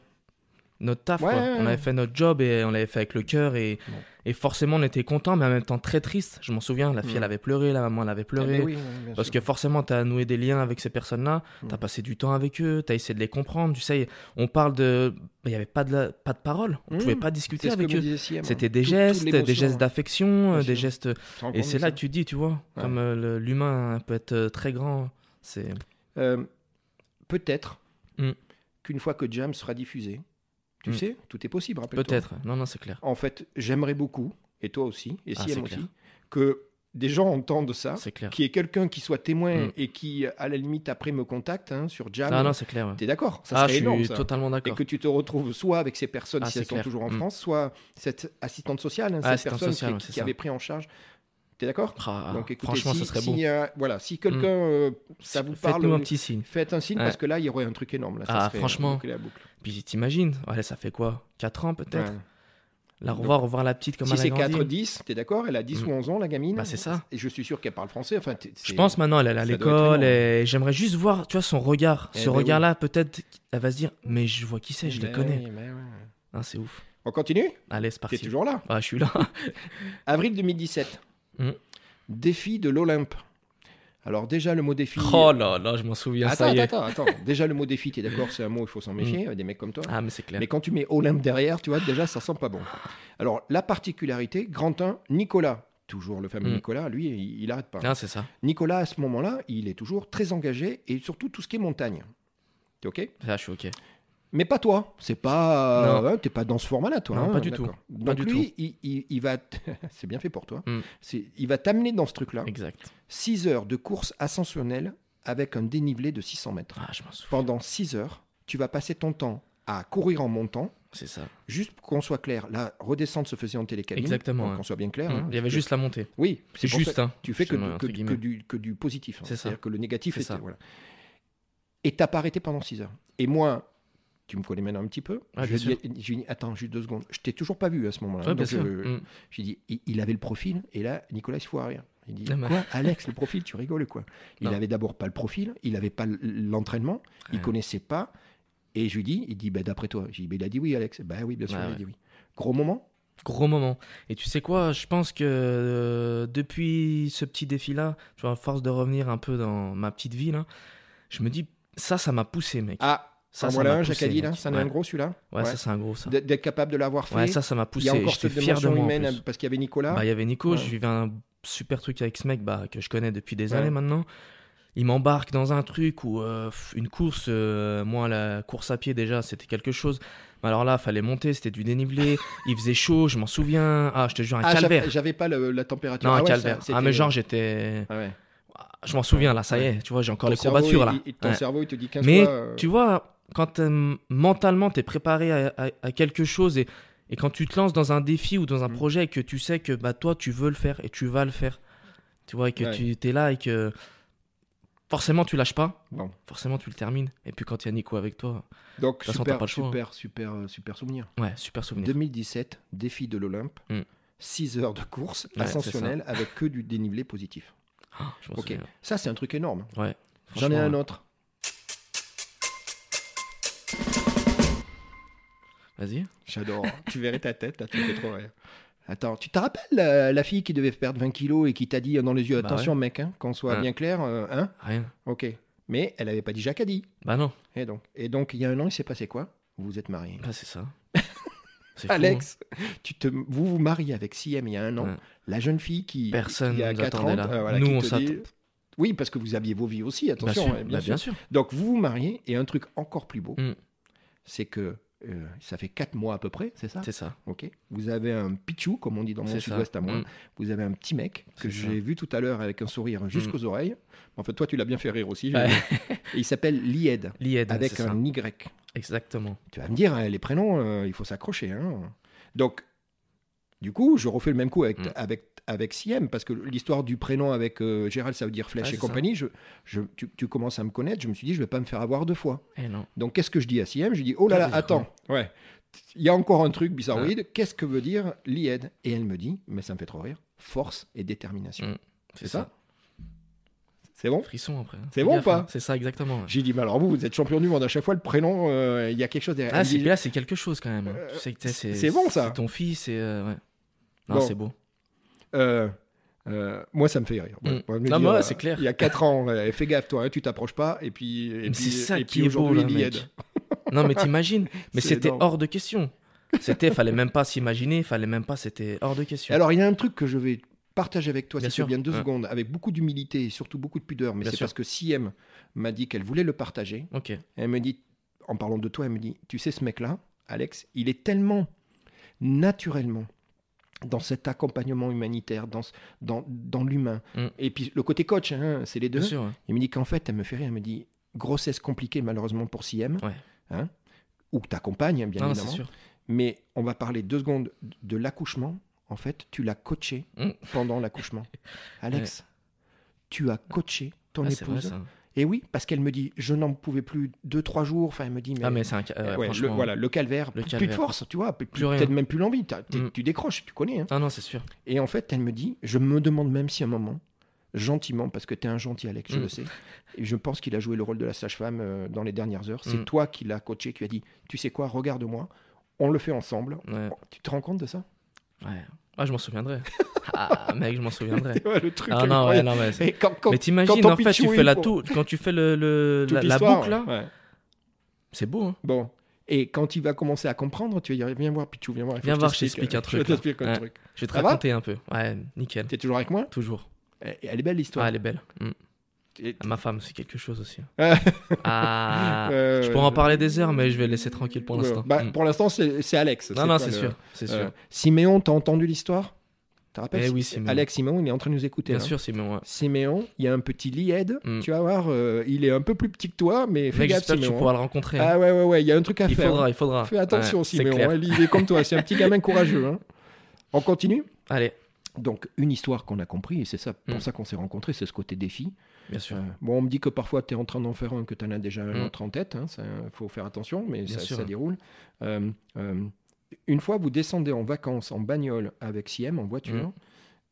notre taf, Ouais, quoi. ouais, on ouais. avait fait notre job et on l'avait fait avec le cœur. Et, Ouais. et forcément, on était content, mais en même temps très triste. Je m'en souviens, la fille, Mm. elle avait pleuré, la maman, elle avait Ah, pleuré. mais oui, oui, bien Parce sûr. que forcément, tu as noué des liens avec ces personnes-là, tu as Mm. passé du temps avec eux, tu as essayé de les comprendre. Tu sais, on parle de. Il n'y avait pas de, la- pas de parole, on Mm. pouvait pas C'est discuter ce que avec me eux. disait CM, hein. C'était des Tout- toute gestes, des l'émotion, gestes hein. d'affection, Bien euh, des sûr. gestes. Tu te rends Et compte c'est de là ça que tu dis, tu vois, Ouais. comme euh, le- l'humain peut être euh, très grand. C'est. Euh, Peut-être Mm. qu'une fois que Jam sera diffusé, tu Mm. sais, tout est possible, rappelle-toi. Peut-être, non, non, c'est clair. En fait, j'aimerais beaucoup, et toi aussi, et Ah, CM c'est aussi, clair. que des gens entendent ça. C'est clair. qu'il y ait quelqu'un qui soit témoin Mm. et qui, à la limite, après me contacte hein, sur Jam. Ah non, c'est clair. ouais. T'es d'accord Ça Ah, serait je énorme, suis ça. totalement Et d'accord. que tu te retrouves soit avec ces personnes, Ah, si elles c'est sont clair. toujours en Mm. France, soit cette assistante sociale, hein, Ah, cette assistante personne sociale, qui- ouais, qui, c'est qui ça. avait pris en charge. T'es d'accord Ah, Donc écoutez, franchement, si, ça serait si, beau. euh, voilà, si quelqu'un, euh, ça vous parle, euh, Faites-nous un petit signe. faites un signe, Ouais. parce que là, il y aurait un truc énorme. Là, ça Ah, serait franchement. boucler la boucle. Puis t'imagines, ouais, ça fait quoi 4 ans peut-être Ouais. La Donc, revoir, revoir la petite comme Si elle a c'est grandi. 4-10, t'es d'accord Elle a 10 Mm. ou 11 ans, la gamine Bah, c'est ça. Et je suis sûr qu'elle parle français. Enfin, t'es- Je c'est- pense maintenant, elle est à ça doit être énorme. l'école et j'aimerais juste voir, tu vois, son regard. Eh ce ben oui. regard-là, peut-être, elle va se dire, mais je vois qui c'est, je les Mais connais. oui, mais oui. Ah, c'est ouf. On continue Allez, c'est T'es parti. toujours là Ah, je suis là. Avril 2017. Mm. Défi de l'Olympe. Alors déjà le mot défi. oh là là, je m'en souviens, attends, ça y est. attends, attends, attends. Déjà le mot défi, t'es d'accord, c'est un mot, il faut s'en méfier, euh, des mecs comme toi. Ah, mais c'est clair. Mais quand tu mets Olympe derrière, tu vois, déjà ça sent pas bon. Alors la particularité, grand 1, Nicolas. Toujours le fameux Mm. Nicolas, lui, il, il arrête pas. Ah, c'est ça. Nicolas, à ce moment-là, il est toujours très engagé et surtout tout ce qui est montagne. T'es OK Là, je suis OK. mais pas toi. C'est pas. Non. hein, T'es pas dans ce format-là, toi. Non, hein, pas du tout. d'accord. Donc du lui, Il, il- il va. t- C'est bien fait pour toi. Mm. C'est- Il va t'amener dans ce truc-là. Exact. 6 heures de course ascensionnelle avec un dénivelé de 600 mètres. Ah, je m'en souviens. Pendant 6 heures, tu vas passer ton temps à courir en montant. C'est ça. Juste pour qu'on soit clair, la redescente se faisait en télécabine. Exactement, pour hein. Qu'on soit bien clair. Mm. hein. Il y avait juste la montée. Oui, C'est pour ça juste, hein. que Tu fais que, Justement, du, entre que, du- que guillemets. du, que du positif. hein. C'est ça. C'est-à-dire que le négatif C'est était. ça. Voilà. Et t'as pas arrêté pendant 6 heures. Et moi, tu me connais maintenant un petit peu. Ah, je bien dis, j'ai dit, attends, juste deux secondes. Je t'ai toujours pas vu à ce moment-là. Ouais, bien Donc, euh, sûr. je- Mm. J'ai dit, il, il avait le profil. Et là, Nicolas, il se fout à rire. Il dit, Ah, bah. quoi, Alex, le profil, tu rigoles ou quoi Il Non. avait d'abord pas le profil, il avait pas l- l'entraînement, il Ouais. connaissait pas. Et je lui dis, il dit, ben d'après toi. J'ai dit, ben il a dit oui, Alex. Ben oui, bien sûr, Ouais, il a ouais. dit oui. Gros moment Gros moment. Et tu sais quoi, je pense que euh, depuis ce petit défi-là, tu vois, à force de revenir un peu dans ma petite ville, hein, je me dis, ça, ça m'a poussé, mec. Ah, ça, en ça voilà m'a un, poussé, Jacques Adil, hein, mec. ça en est Ouais. un gros celui-là. Ouais, ça, c'est un gros, ça. D'être d'être capable de l'avoir fait. Ouais, ça, ça m'a il poussé. y a encore J'étais cette fier de dimension moi. en humaine plus. hein, parce qu'il y avait Nicolas. Bah, il y avait Nico, Ouais. je vivais un super truc avec ce mec bah, que je connais depuis des Ouais. années maintenant. Il m'embarque dans un truc où euh, pff, une course, euh, moi la course à pied déjà c'était quelque chose. Mais alors là, fallait monter, c'était du dénivelé, il faisait chaud, je m'en souviens. Ah, je te jure, un Ah, j'avais- calvaire. J'avais pas le- la température. Non, un ouais, ça, calvaire. c'était- ah, mais genre j'étais. Ah ouais. Je m'en souviens là, ça y est, tu vois, j'ai encore Ton les cerveau, courbatures là. il- il- ton Ouais. cerveau, il te dit 15 Mais fois. euh, Tu vois, quand euh, mentalement t'es préparé à, à- à quelque chose et, et quand tu te lances dans un défi ou dans un Mm. projet et que tu sais que bah toi tu veux le faire et tu vas le faire, tu vois, et que Ouais. tu t'es là et que forcément tu lâches pas, Bon. forcément tu le termines. Et puis quand il y a Nico avec toi, Donc, toute façon, super, t'as pas le choix, Mmh. hein. super, super, euh, super souvenir. ouais, super souvenir. 2017, défi de l'Olympe, Mm. 6 heures de course Ouais, ascensionnelle avec que du dénivelé positif. Ah, je m'en Ok, souviens. ça c'est un truc énorme. Ouais. J'en ai Franchement, un ouais. autre. Vas-y. J'adore. tu verrais ta tête, là, tu me fais trop rire. Attends, tu te rappelles euh, la fille qui devait perdre 20 kilos et qui t'a dit euh, dans les yeux, Bah attention mec, hein, qu'on soit Hein. bien clair, euh, hein Rien. Ok. Mais elle avait pas dit Jacques a dit. Bah non. Et donc, et donc, il y a un an, il s'est passé quoi Vous vous êtes mariés. Bah c'est ça. C'est fou, hein. Alex, tu te, vous vous mariez avec CM il y a un an. Ouais. La jeune fille qui, Personne il y a nous 4 ans, attendait là. euh, voilà, Nous, qui on te s'att- dit- Oui, parce que vous aviez vos vies aussi, hein. Bah attention. sûr, hein, bah, bien sûr. Donc vous vous mariez et un truc encore plus beau, Mm. c'est que euh, ça fait 4 mois à peu près, c'est ça C'est ça. Ok. Vous avez un pichou, comme on dit dans mon C'est ça. sud-ouest à moi. Mm. Vous avez un petit mec que C'est ça. Mm. j'ai vu tout à l'heure avec un sourire jusqu'aux oreilles. En fait, toi, tu l'as bien fait rire aussi. j'ai Ouais. vu. Et il s'appelle Lied Lied, avec c'est ça. un Y. Exactement. Tu vas me dire, hein, les prénoms, euh, il faut s'accrocher. hein. Donc, du coup, je refais le même coup avec, Mm. avec, avec Siem, parce que l'histoire du prénom avec euh, Gérald, ça veut dire flèche Ouais, et c'est ça. compagnie. Je, je- tu, tu commences à me connaître, je me suis dit, je vais pas me faire avoir deux fois. Eh non. Donc, qu'est-ce que je dis à Siem Je dis, oh là Ça là, veut dire attends, ouais. Il y a encore un truc bizarroïde. Qu'est-ce que veut dire l'IED Et elle me dit, mais ça me fait trop rire, force et détermination. Mm. C'est ça C'est bon Frisson après. hein. C'est Fais bon ou gaffe, pas hein. C'est ça exactement. ouais. J'ai dit, mais alors vous, vous êtes champion du monde à chaque fois, le prénom, euh, il y a quelque chose derrière. Ah, Elle c'est dit, là, c'est quelque chose quand même. hein. Euh, Tu sais que, tu sais, c'est c'est bon, ça. C'est ton fils, c'est euh, ouais. Non, Bon. c'est beau. Euh, euh, moi, ça me fait rire. Voilà. Mm. On va me Non, dire, mais ouais, euh, c'est clair. Il y a 4 ans, euh, fais gaffe, toi, hein, tu t'approches pas. Et puis, et Mais puis, c'est ça et qui puis est beau aujourd'hui, là, il y mec. aide. Non, mais t'imagines. Mais C'est c'était énorme. hors de question. C'était, fallait même pas s'imaginer, fallait même pas, c'était hors de question. Alors, il y a un truc que je vais partager avec toi, Bien si tu sûr. veux bien deux Ouais. secondes, avec beaucoup d'humilité et surtout beaucoup de pudeur. Mais Bien c'est sûr. parce que Siem m'a dit qu'elle voulait le partager. ok. Elle me dit, en parlant de toi, elle me dit, tu sais, ce mec-là, Alex, il est tellement naturellement dans cet accompagnement humanitaire, dans, ce- dans, dans l'humain. Mm. Et puis le côté coach, hein, c'est les deux. Bien sûr. ouais. Il me dit qu'en fait, elle me fait rire, elle me dit, grossesse compliquée malheureusement pour Siem, Ouais. hein, ou ta compagne, hein, bien Non, non, c'est évidemment. sûr. Mais on va parler deux secondes de l'accouchement. En fait, tu l'as coaché Mm. pendant l'accouchement. Alex, tu as coaché ton Ah, c'est vrai épouse. ça. Et oui, parce qu'elle me dit, je n'en pouvais plus deux, trois jours. Enfin, elle me dit, mais, Ah, mais c'est un. ca- euh, euh, ouais, ouais, le, franchement. voilà, le calvaire, Le plus, plus de calvaire. force, tu vois, plus, Plus rien. peut-être même plus l'envie. T'as- t'es- Mm. Tu décroches, tu connais. hein. Ah non, c'est sûr. Et en fait, elle me dit, je me demande même si à un moment, gentiment, parce que tu es un gentil Alex, je Mm. le sais, et je pense qu'il a joué le rôle de la sage-femme euh, dans les dernières heures. C'est Mm. toi qui l'as coaché, qui lui as dit, tu sais quoi, regarde-moi, on le fait ensemble. Ouais. Oh, Tu te rends compte de ça ouais. Ah, je m'en souviendrai. Ah, mec, je m'en souviendrai. Ouais, le truc. Ah non, ouais, incroyable. non, mais c'est- Et quand, quand- Mais t'imagines, ton en fait, tu pitchoui fais la pour- tour. Quand tu fais le, le- toute la, la l'histoire, boucle là, ouais, ouais. c'est beau, hein. Bon. Et quand il va commencer à comprendre, tu vas dire, viens voir, Pichou, viens voir. il faut Viens que voir, je t'explique, t'explique un euh, truc, Je t'explique un là. truc. Je vais te Ça va raconter un peu. Ouais, nickel. T'es toujours avec moi Toujours. Eh, Elle est belle l'histoire. Ah, elle est belle. Mm. Et- Ma femme, c'est quelque chose aussi. Ah. ah. Euh, Je pourrais en parler des heures, mais je vais laisser tranquille pour ouais. l'instant. Bah, Mm. Pour l'instant, c'est c'est Alex. Non, non, pas c'est le- sûr. C'est Euh, sûr. Siméon, t'as entendu l'histoire T'as rappelles Eh oui, Siméon. Alex hein. Siméon, il est en train de nous écouter. Bien là. sûr, c'est bon. ouais. Siméon, il y a un petit Lied. Mm. Tu vas voir, euh, il est un peu plus petit que toi, mais fais Mec, gaffe, j'espère que tu Siméon. pourras le rencontrer. hein. Ah ouais, ouais, ouais, il y a un truc à il faire. hein. faudra, il faudra. Fais attention, Ouais, c'est Siméon. clair. hein, il est comme toi, c'est un petit gamin courageux. hein. On continue Allez, Donc, une histoire qu'on a compris, et c'est ça, pour Mm. ça qu'on s'est rencontrés, c'est ce côté défi. bien sûr. Euh, bon, on me dit que parfois tu es en train d'en faire un, que tu en as déjà un Mm. autre en tête. Il faut faire attention, mais Bien ça, sûr. ça déroule. Euh, euh, une fois, vous descendez en vacances en bagnole avec Siem, en Mm. voiture,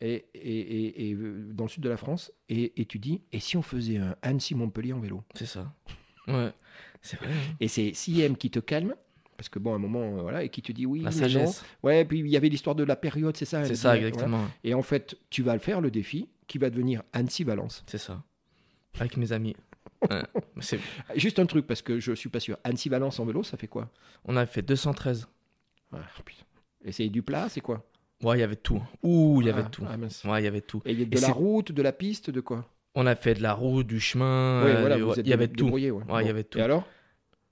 et, et- et- et, euh, dans le sud de la France, et, et tu dis Et si on faisait un Annecy-Montpellier en vélo C'est ça. Ouais. C'est vrai. hein. Et c'est Siem qui te calme. Parce que bon, à un moment, euh, voilà, et qui te dit oui, La mais non. sagesse. Ouais, puis il y avait l'histoire de la période, c'est ça elle C'est dit, ça, ouais, voilà. exactement. Et en fait, tu vas le faire, le défi, qui va devenir Annecy-Valence. C'est ça. Avec mes amis. Ouais. Mais c'est- Juste un truc, parce que je suis pas sûr. Annecy-Valence en vélo, ça fait quoi On a fait 213. Ah, putain. Et c'est du plat, c'est quoi Ouais, il y avait tout. hein. Ouh, il y Ah, avait tout. ah, mince. Ouais, il y avait tout. Et il y a de Et la c'est- route, de la piste, de quoi On a fait de la route, du chemin. Ouais, euh, voilà, du- vous ouais, êtes il y avait dé- tout. débrouillés, ouais. Ouais, il y avait tout. Et alors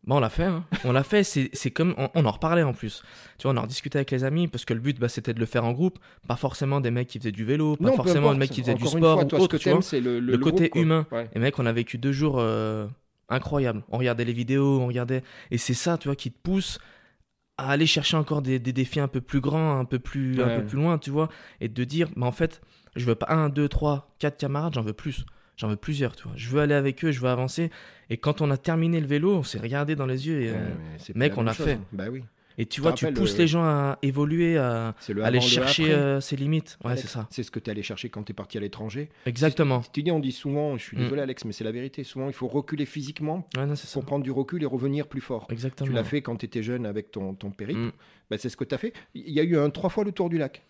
Bah, on l'a fait, hein. on l'a fait, c'est c'est comme on, on en reparlait en plus. Tu vois, on en discutait avec les amis parce que le but bah, c'était de le faire en groupe, pas forcément des mecs qui faisaient du vélo, pas peu forcément importe. des mecs qui faisaient du Encore Une sport fois, ou toi, autre, ce que tu vois. t'aimes, c'est le, Le côté groupe, quoi. humain. Ouais. Et mec, on a vécu deux jours euh, incroyables. On regardait les vidéos, on regardait. Et c'est ça, tu vois, qui te pousse à aller chercher encore des, des défis un peu plus grands, un peu plus, Ouais. un peu plus loin, tu vois. Et de dire, bah, en fait, je veux pas un, deux, trois, quatre camarades, j'en veux plus. J'en veux plusieurs, tu vois. Je veux aller avec eux, je veux avancer. Et quand on a terminé le vélo, on s'est regardé dans les yeux et. Ouais, euh, mais c'est mec, pas la on même l'a fait. Bah oui. Et tu vois, tu rappelles, pousses euh, les gens à évoluer, à C'est le aller avant, le chercher après. euh, ses limites. Ouais, Alex, c'est ça. C'est ce que tu es allé chercher quand tu es parti à l'étranger. Exactement. Tu dis, on dit souvent, je suis Mm. désolé Alex, mais c'est la vérité, souvent il faut reculer physiquement Ouais, non, c'est ça. pour prendre du recul et revenir plus fort. Exactement. Tu l'as fait quand tu étais jeune avec ton, ton périple. Mm. Bah, c'est ce que tu as fait. Il y a eu un trois fois le tour du lac.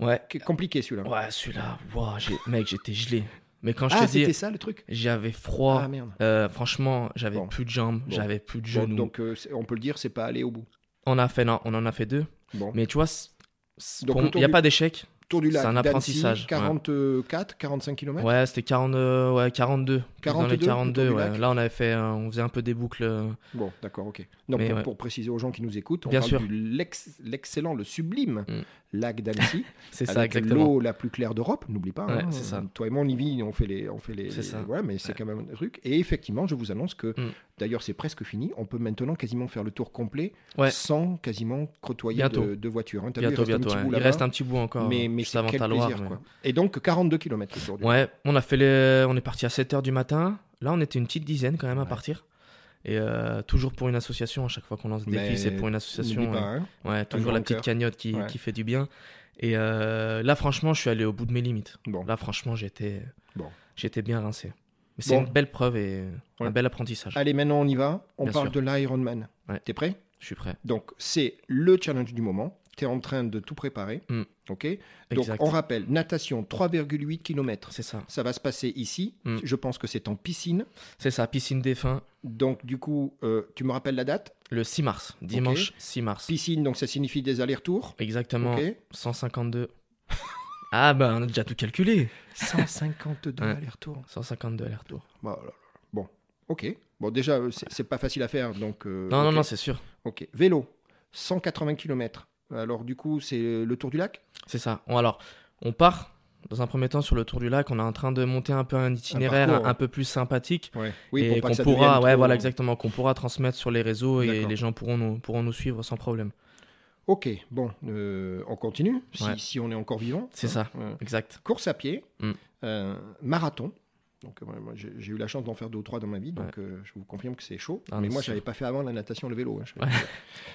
Ouais. Qu- Compliqué celui-là. Ouais, celui-là, wow, j'ai- mec, j'étais gelé. Mais quand je ah, te dis, c'était ça le truc j'avais froid. Ah merde. euh, franchement, j'avais Bon. plus de jambes, Bon. j'avais plus de Bon, genoux. donc euh, c'est- on peut le dire, c'est pas aller au bout. On a fait, non, on en a fait deux. Bon. Mais tu vois, c'est- c'est- Donc, pour- le il tour n'y a du- pas d'échec. Tour du lac. C'est un d'Annecy, apprentissage, ouais. 44, 45 km. Ouais, c'était 40, euh, ouais, 42. plus dans les 42, 42, autour du ouais. lac. Là, on avait fait, euh, on faisait un peu des boucles. euh, Bon, d'accord, ok. Non, Mais pour, ouais. pour préciser aux gens qui nous écoutent, on Bien parle sûr. de l'ex- l'excellent, le sublime Mm. lac d'Annecy. C'est ça, avec exactement. l'eau la plus claire d'Europe, n'oublie pas. Ouais, hein. c'est ça. Toi et moi, on y vit, on fait les, on fait les. C'est ça. Voilà, mais c'est Ouais. quand même un truc. Et effectivement, je vous annonce que, Mm. d'ailleurs, c'est presque fini. On peut maintenant quasiment faire le tour complet Ouais. sans quasiment côtoyer Bientôt. de, de voiture. hein. T'as vu, Bientôt, il reste bientôt. un petit ouais. bout Il là-bas, reste un petit bout encore. mais, mais juste c'est avant quel ta plaisir, Loire, mais- quoi. Et donc 42 km autour du. Ouais, on a fait les... on est parti à 7h du matin. Là, on était une petite dizaine quand même à Ouais. partir. Et euh, toujours pour une association, à chaque fois qu'on lance des Mais défi, c'est pour une N'oublie pas, association. ouais. hein. Ouais, toujours la grand petite cœur. cagnotte qui, Ouais. qui fait du bien. Et euh, là, franchement, je suis allé au bout de mes limites. Bon, Là, franchement, j'étais Bon. j'étais bien rincé. Mais c'est Bon. une belle preuve et un Ouais. bel apprentissage. allez, maintenant on y va. On Bien parle sûr. de l'Ironman. Ouais. T'es prêt Je suis prêt. Donc, c'est le challenge du moment. Tu es en train de tout préparer. Mm. OK Donc, Exact. on rappelle natation 3,8 km. C'est ça. Ça va se passer ici. Mm. Je pense que c'est en piscine. C'est ça, piscine des fins, Donc, du coup, euh, tu me rappelles la date le 6 mars, dimanche 6 mars. Piscine, donc ça signifie des allers-retours. Exactement, Ok. 152. ah ben, on a déjà tout calculé. 152 Ouais. allers-retours. 152 aller-retour. Bon, alors, bon, ok. Bon, déjà, euh, c'est c'est pas facile à faire. Donc, euh, Non, non, ok. non, c'est sûr. Ok. Vélo, 180 km. Alors, du coup, c'est le tour du lac C'est ça. On- alors, on part dans un premier temps sur le tour du lac. On est en train de monter un peu un itinéraire parcours, un- un ouais. peu plus sympathique. Oui, et pour pas qu'on que ça pourra, devienne ouais, trop- voilà, exactement, qu'on pourra transmettre sur les réseaux et D'accord. les gens pourront nous, pourront nous suivre sans problème. Ok, bon, euh, on continue, si, Ouais. si on est encore vivant. C'est ça. Euh, Exact. course à pied, Mm. euh, marathon. Donc, euh, moi, j'ai j'ai eu la chance d'en faire deux ou trois dans ma vie, donc euh, je vous confirme que c'est chaud. Ah, mais non, moi, c'est je n'avais pas fait avant la natation, le vélo. hein, je- Ouais.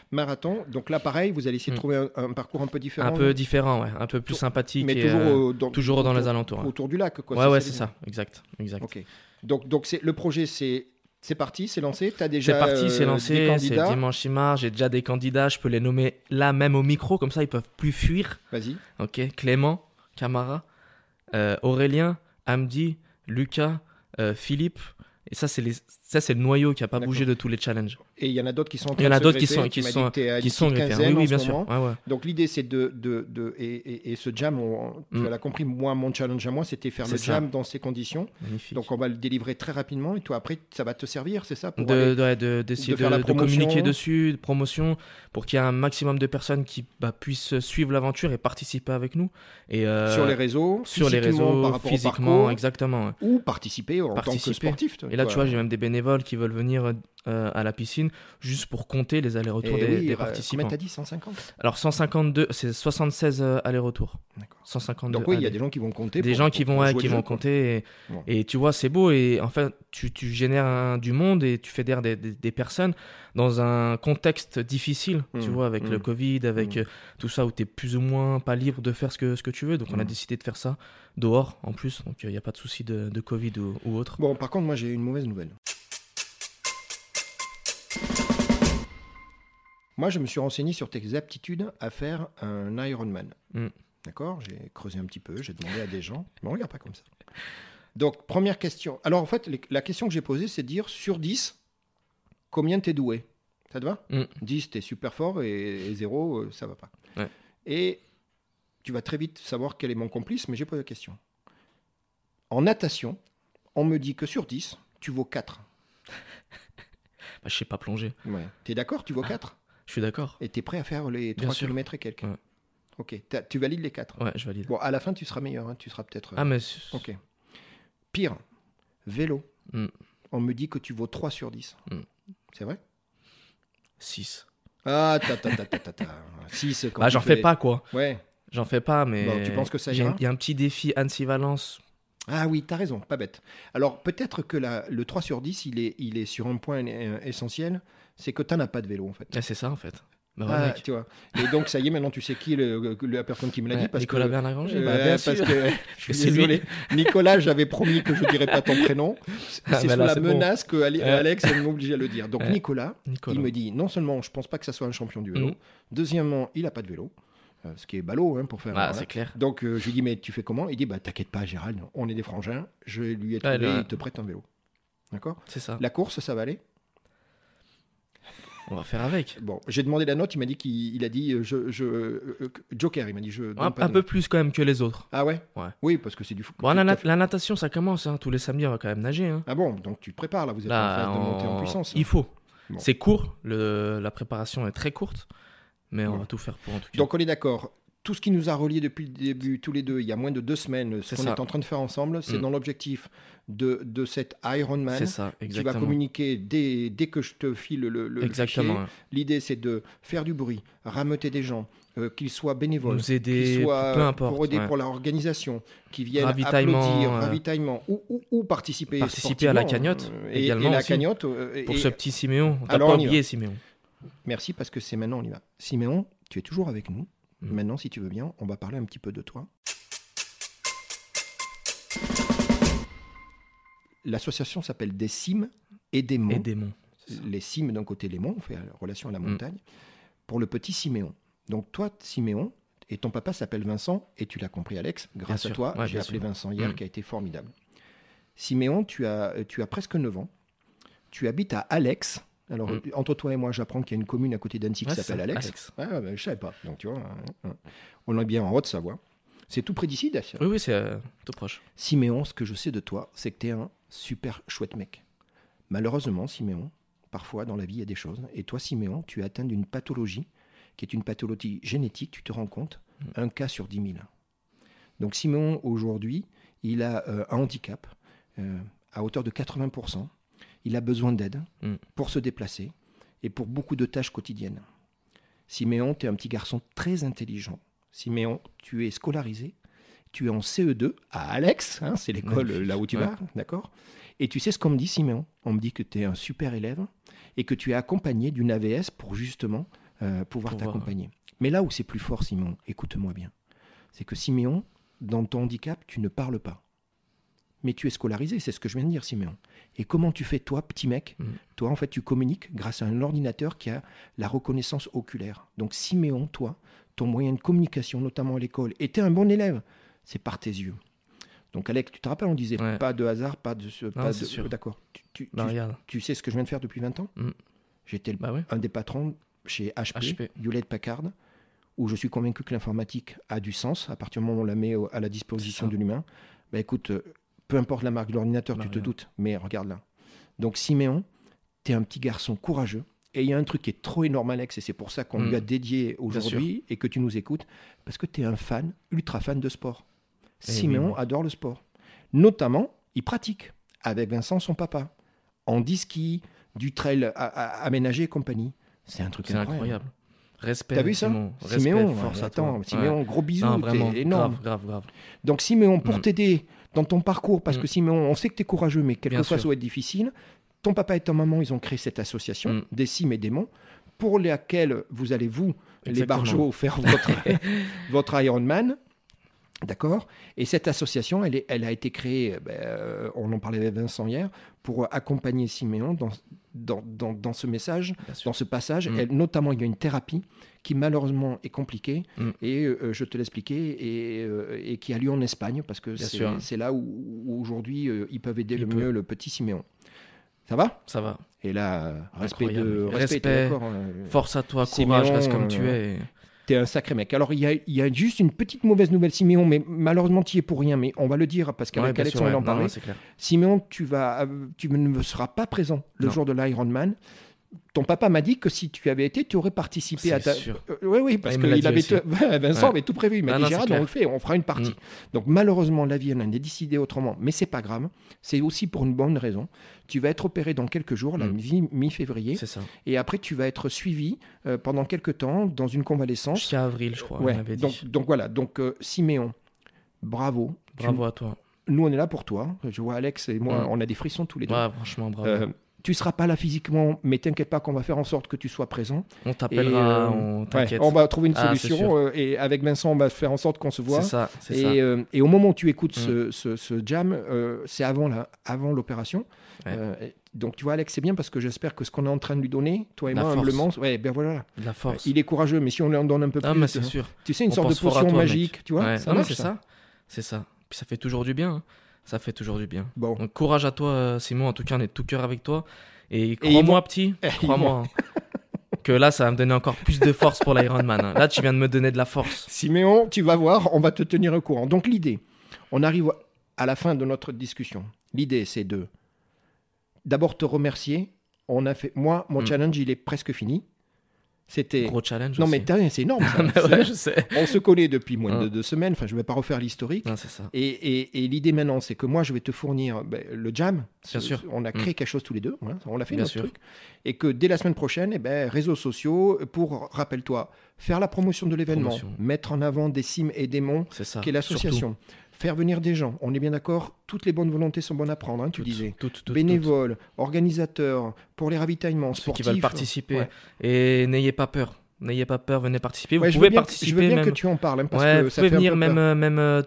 Marathon, donc là, pareil, vous allez essayer de Mm. trouver un, un parcours un peu différent. Un peu différent, ouais, un peu plus Tou- sympathique. mais et, toujours, euh, euh, dans, toujours dans les autour- alentours. hein. autour du lac. Quoi, Ouais, ouais, c'est c'est ça. Exact. exact. Ok. Donc, donc c'est le projet, c'est c'est parti, c'est lancé. T'as déjà C'est parti, euh, c'est des lancé, c'est candidats. dimanche 6 mars, j'ai déjà des candidats, je peux les nommer là même au micro, comme ça ils peuvent plus fuir. Vas-y. Ok, Clément, Camara, euh, Aurélien, Amdi, Lucas, euh, Philippe. Et ça, c'est les... ça, c'est le noyau qui a pas D'accord. bougé de tous les challenges. Et il y en a d'autres qui sont. en Il y en train a de se d'autres qui greffer. sont- Tu qui m'as sont- dit que t'es à Qui une sont petite greffés. quinzaine Oui, oui, en bien ce sûr. moment. Ouais, ouais. Donc l'idée c'est de, de, de- et, et- et ce jam, on, tu Mm. l'as compris, moi mon challenge à moi c'était faire le C'est ça. jam dans ces conditions. Magnifique. Donc on va le délivrer très rapidement et toi après ça va te servir, c'est ça pour de, aller- de, ouais, de- d'essayer de de, faire la de communiquer promotion. dessus, de promotion, pour qu'il y ait un maximum de personnes qui bah, puissent suivre l'aventure et participer avec nous. Et, euh, sur les réseaux, sur les physiquement, réseaux, par rapport au physiquement, parcours, exactement. ouais. ou participer en tant que Participer. sportif. Et là, tu vois, j'ai même des bénévoles qui veulent venir euh, euh, à la piscine juste pour compter les allers-retours des, des participants. euh, Combien t'as dit 150 Alors 152, c'est 76 euh, allers-retours. D'accord. 152. Donc oui, il y a allers. des gens qui vont compter. Des pour- gens pour- qui pour vont, ouais, jouer qui le vont jeu, quoi. compter. Et, Bon. et tu vois, c'est beau. Et enfin, tu, tu génères un- du monde et tu fédères des, des- des personnes dans un contexte difficile, tu Mm, vois, avec le mm, Covid, avec mm. euh, tout ça, où tu es plus ou moins pas libre de faire ce que, ce que tu veux. Donc, on a Mm. décidé de faire ça dehors, en plus. Donc, il n'y a pas de souci de, de Covid ou, ou autre. Bon, par contre, moi j'ai une mauvaise nouvelle. Moi, je me suis renseigné sur tes aptitudes à faire un Ironman. Mm. D'accord J'ai creusé un petit peu, j'ai demandé à des gens. Mais on regarde pas comme ça. Donc, première question. Alors, en fait, les- la question que j'ai posée, c'est de dire sur 10, combien t'es doué Ça te va Mm. 10, t'es super fort et, et 0, euh, ça va pas. Ouais. Et tu vas très vite savoir quel est mon complice, mais j'ai posé la question. En natation, on me dit que sur 10, tu vaux 4. Bah, je sais pas plonger. T'es d'accord Tu vaux 4 Je suis d'accord. Et t'es prêt à faire les Ah. Bien 3 sûr. km et quelques Ouais. Ok, t'as- tu valides les 4. Ouais, je valide. Bon, à la fin, tu seras meilleur, hein, tu seras peut-être... Ah, mais c'est- Ok. Pire, vélo. Mm. On me dit que tu vaux 3 sur 10. Mm. C'est vrai 6. Ah, ta ta ta ta ta ta. 6 quand Bah, tu j'en fais les- pas, quoi. Ouais. J'en fais pas, mais. Bon, tu penses que ça j'ai- ira Il y a un petit défi Annecy-Valence. Ah oui, t'as raison, pas bête. Alors peut-être que la- le 3 sur 10, il est, il est sur un point euh, essentiel, c'est que t'en as pas de vélo en fait. Ah, c'est ça, en fait. Bah ouais, Ah, mec. tu vois. Et donc, ça y est, maintenant, tu sais qui est le- le- la personne qui me l'a dit. Ouais, Parce Nicolas que, Berlinganger, Euh, bah, bien parce sûr. que je Et suis c'est lui. désolé. Nicolas, j'avais promis que je dirais pas ton prénom. C'est Ah, sous bah là, la c'est bon. menace que Ali- Ouais. Alex m'a obligé à le dire. Donc Ouais. Nicolas, Nicolas. il me dit non seulement je pense pas que ça soit un champion du vélo. Mhm. Deuxièmement, il a pas de vélo, euh, ce qui est ballot hein, pour faire. Ah, voilà. c'est clair. Donc euh, je lui dis mais tu fais comment Il dit bah t'inquiète pas Gérald, on est des frangins. Je lui ai trouvé, Ah, là, Ah. il te prête un vélo. D'accord. C'est ça. La course, ça va aller On va faire avec. Bon, j'ai demandé la note, il m'a dit qu'il il a dit euh, je, je- euh, euh, Joker, il m'a dit je donne Un, pas un de peu note. plus quand même que les autres. Ah ouais. Ouais. Oui, parce que c'est du foot. Bon, la, nat- la natation, ça commence. hein. Tous les samedis, on va quand même nager. hein. Ah bon, donc tu te prépares là, vous êtes Là, en phase de monter en on- puissance. hein. Il faut. Bon. C'est court. le- La préparation est très courte. Mais on Bon. va tout faire pour en tout cas. Donc on est d'accord, tout ce qui nous a reliés depuis le début, tous les deux, il y a moins de deux semaines, ce C'est qu'on ça. est en train de faire ensemble, c'est Mm. dans l'objectif de, de cet Ironman. c'est ça, Tu vas exactement. communiquer dès, dès que je te file le, le- le exactement. fichier. hein. L'idée, c'est de faire du bruit, rameuter des gens, euh, qu'ils soient bénévoles, Nous aider, qu'ils soient peu importe. pour aider ouais. pour leur organisation, qu'ils viennent Ravitaillement, applaudir, euh, ravitaillement, ou, ou- ou participer Participer à la sportivement, cagnotte, euh, et- et, également la aussi. cagnotte. euh, et- Pour ce petit Siméon. On t'a Alors, pas on y va. oublié, Siméon. Merci parce que c'est maintenant on y va. Siméon, tu es toujours avec nous. Mm. Maintenant, si tu veux bien, on va parler un petit peu de toi. L'association s'appelle Des Cimes et des Monts. Et démon. Les cimes d'un côté, les monts, on fait relation à la Mm. montagne, pour le petit Siméon. Donc toi, Siméon, et ton papa s'appelle Vincent, et tu l'as compris Alex, grâce à sûr. toi, Ouais, j'ai bien appelé sûr. Vincent hier, Mm. qui a été formidable. Siméon, tu as, tu as presque 9 ans, tu habites à Alex. Alors, Mm. entre toi et moi, j'apprends qu'il y a une commune à côté d'Annecy qui Ouais, s'appelle ça, Alex. Ah, ouais, ben, je savais pas. Donc, tu vois, hein, hein. on est bien en Haute-Savoie. C'est tout près d'ici, Dacia. Oui, oui, c'est euh, tout proche. Siméon, ce que je sais de toi, c'est que tu es un super chouette mec. Malheureusement, Siméon, parfois dans la vie, il y a des choses. Et toi, Siméon, tu as atteint d'une pathologie qui est une pathologie génétique, tu te rends compte, Mm. un cas sur 10 000. Donc Siméon, aujourd'hui, il a euh, un handicap euh, à hauteur de 80%. Il a besoin d'aide Mm. pour se déplacer et pour beaucoup de tâches quotidiennes. Siméon, tu es un petit garçon très intelligent. Siméon, tu es scolarisé, tu es en CE2 à Alex, hein, c'est l'école euh, là où tu Ouais. vas, d'accord Et tu sais ce qu'on me dit, Siméon On me dit que tu es un super élève et que tu es accompagné d'une AVS pour justement euh, pouvoir Pour voir, t'accompagner. Mais là où c'est plus fort, Siméon, écoute-moi bien, c'est que Siméon, dans ton handicap, tu ne parles pas. Mais tu es scolarisé, c'est ce que je viens de dire, Siméon. Et comment tu fais, toi, petit mec Mhm. Toi, en fait, tu communiques grâce à un ordinateur qui a la reconnaissance oculaire. Donc, Siméon, toi, ton moyen de communication, notamment à l'école, et t'es un bon élève, c'est par tes yeux. Donc, Alex, tu te rappelles, on disait Ouais. pas de hasard, pas de. ce- pas c'est de- sûr. D'accord. Tu, tu- Bah, tu- regarde. tu sais ce que je viens de faire depuis 20 ans Mhm. J'étais le Bah, ouais. un des patrons chez HP, HP. Hewlett Packard, où je suis convaincu que l'informatique a du sens à partir du moment où on la met au- à la disposition C'est ça. de l'humain. Bah écoute, euh, peu importe la marque de l'ordinateur, Bah, tu te rien. doutes, mais regarde là. Donc Siméon, t'es un petit garçon courageux. Et il y a un truc qui est trop énorme, Alex, et c'est pour ça qu'on Mm. lui a dédié sûr. aujourd'hui et que tu nous écoutes, parce que tu es un fan, ultra fan de sport. Eh oui, Siméon moi. adore le sport. Notamment, il pratique avec Vincent, son papa, en diski, du trail à- à- aménagé et compagnie. C'est un truc C'est incroyable. incroyable. Respect. T'as vu ça Simon. Respect, Siméon, force à attends, toi. Siméon, Ouais. gros bisous, Non, t'es vraiment, énorme. grave, grave, grave. Donc Siméon, pour Mm. t'aider dans ton parcours, parce Mm. que Siméon, on sait que t'es courageux, mais Bien quelquefois sûr. ça va être difficile, ton papa et ta maman, ils ont créé cette association Mm. des cimes et des monts, pour laquelle vous allez, vous, les Exactement. barjots, faire votre, votre Ironman. D'accord Et cette association, elle, est- elle a été créée, ben, euh, on en parlait avec Vincent hier, pour accompagner Siméon dans- dans, dans, dans ce message Bien sûr. dans ce passage. Mm. Et notamment, il y a une thérapie qui malheureusement est compliquée Mm. et euh, je te l'expliquais et, euh, et qui a lieu en Espagne parce que Bien c'est sûr. c'est là où, où aujourd'hui euh, ils peuvent aider Ils le peuvent. mieux le petit Siméon. Ça va Ça va. Et là, euh, respect Incroyable. de respect, t'es Respect. d'accord, hein Force à toi, Siméon, courage, reste comme tu euh, es. et- T'es un sacré mec. Alors il y a, il y a juste une petite mauvaise nouvelle, Siméon, mais malheureusement tu y es pour rien. Mais on va le dire parce Ouais, qu'avec bien Alex sûr, on ouais. va en Non, parlait. non, c'est clair. Siméon, tu, vas, euh, tu ne seras pas présent le Non. jour de l'Ironman. Ton papa m'a dit que si tu avais été, tu aurais participé C'est à ta. Euh, sûr. Ah, oui, oui, parce il que me l'a il dit avait aussi. tout- Vincent Ouais. avait tout prévu. Il m'a Non, dit non, c'est Gérard, on clair. le fait, on fera une partie. Mm. Donc malheureusement, la vie, elle en a décidé autrement. Mais c'est pas grave. C'est aussi pour une bonne raison. Tu vas être opéré dans quelques jours, la Mm. mi- mi-février. C'est ça. Et après, tu vas être suivi euh, pendant quelques temps dans une convalescence. Jusqu'à avril, je crois. Ouais. on avait dit. donc, donc voilà. Donc euh, Siméon, bravo. Tu- bravo à toi. nous, on est là pour toi. Je vois Alex et moi, Mm. on a des frissons tous les deux. Ouais, franchement, bravo. Euh, Tu seras pas là physiquement, mais t'inquiète pas qu'on va faire en sorte que tu sois présent. On Et, t'appellera, euh, on ouais, t'inquiète. on va trouver une Ah, c'est sûr. solution euh, et avec Vincent, on va faire en sorte qu'on se voit. c'est ça, c'est ça. Mm. Et, euh, et au moment où tu écoutes ce, ce- ce jam, euh, c'est avant la- avant l'opération. Ouais. Euh, et- donc tu vois, Alex, c'est bien parce que j'espère que ce qu'on est en train de lui donner, toi et La moi, force. humblement, ouais, ben voilà. De la force. Il est courageux, mais si on lui en donne un peu Ah, plus, mais c'est hein. sûr. tu sais, une On sorte de pense fort à potion toi, mec. magique, tu vois, Ouais. ça Non, mais marche, c'est ça. ça. C'est ça. Puis ça fait toujours du bien. hein. Ça fait toujours du bien. Bon, Donc courage à toi, euh, Simon. En tout cas, on est de tout cœur avec toi. Et il crois-moi, ment- petit, Et il crois-moi hein, que là, ça va me donner encore plus de force pour l'Ironman. hein. Là, tu viens de me donner de la force. Siméon, tu vas voir, on va te tenir au courant. Donc l'idée, on arrive à la fin de notre discussion. L'idée, c'est de d'abord te remercier. On a fait, moi, mon Mm. challenge, il est presque fini. C'était Gros challenge. non aussi. Ah, mais t'as rien, c'est énorme. ça. Mais ouais, je sais. On se connaît depuis moins de Hein. deux semaines. Enfin, je vais pas refaire l'historique. Non, c'est ça. Et, et- et l'idée maintenant, c'est que moi, je vais te fournir ben, le jam. Bien Ce- sûr. Mm. On a créé quelque chose tous les deux. voilà, on l'a fait Bien notre sûr. truc. Et que dès la semaine prochaine, eh ben, réseaux sociaux pour, rappelle-toi, faire la promotion de l'événement, Promotion. Ah, mettre en avant des cimes et des monts, C'est ça. qui est l'association. Faire venir des gens. On est bien d'accord. Toutes les bonnes volontés sont bonnes à prendre. hein, tu Surtout. disais. Toutes, toutes, toutes, toutes. Bénévoles, organisateurs, pour les ravitaillements, Ceux qui sportifs. veulent participer. Ouais. Et n'ayez pas peur. N'ayez pas peur, venez participer. Vous Ouais, je veux pouvez bien, participer Je veux bien même. que tu en parles. hein, parce ouais, que vous ça pouvez fait un venir peu même, peur. euh, même euh,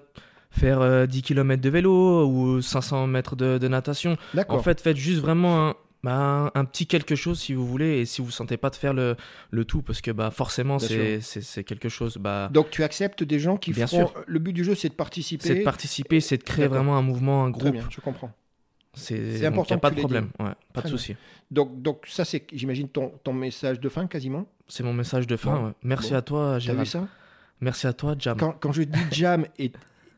faire euh, 10 km de vélo ou 500 mètres de, de natation. D'accord. euh, En fait, faites juste vraiment un, bah, un petit quelque chose si vous voulez et si vous ne sentez pas de faire le, le tout parce que bah, forcément Bien c'est c'est- c'est quelque chose. Bah, Donc tu acceptes des gens qui Bien feront. Le but du jeu, c'est de participer. c'est de participer, c'est de créer D'accord. vraiment un mouvement, un Très groupe. bien, je comprends. C'est C'est donc, important y a pas que tu de l'aies problème, ouais, pas Très de souci. Donc, donc ça, c'est, j'imagine, ton, ton message de fin quasiment. C'est mon message de fin. Bon. ouais. Merci Bon. à toi, T'as vu Gérald. ça Merci à toi, Jam. quand, quand je dis jam, et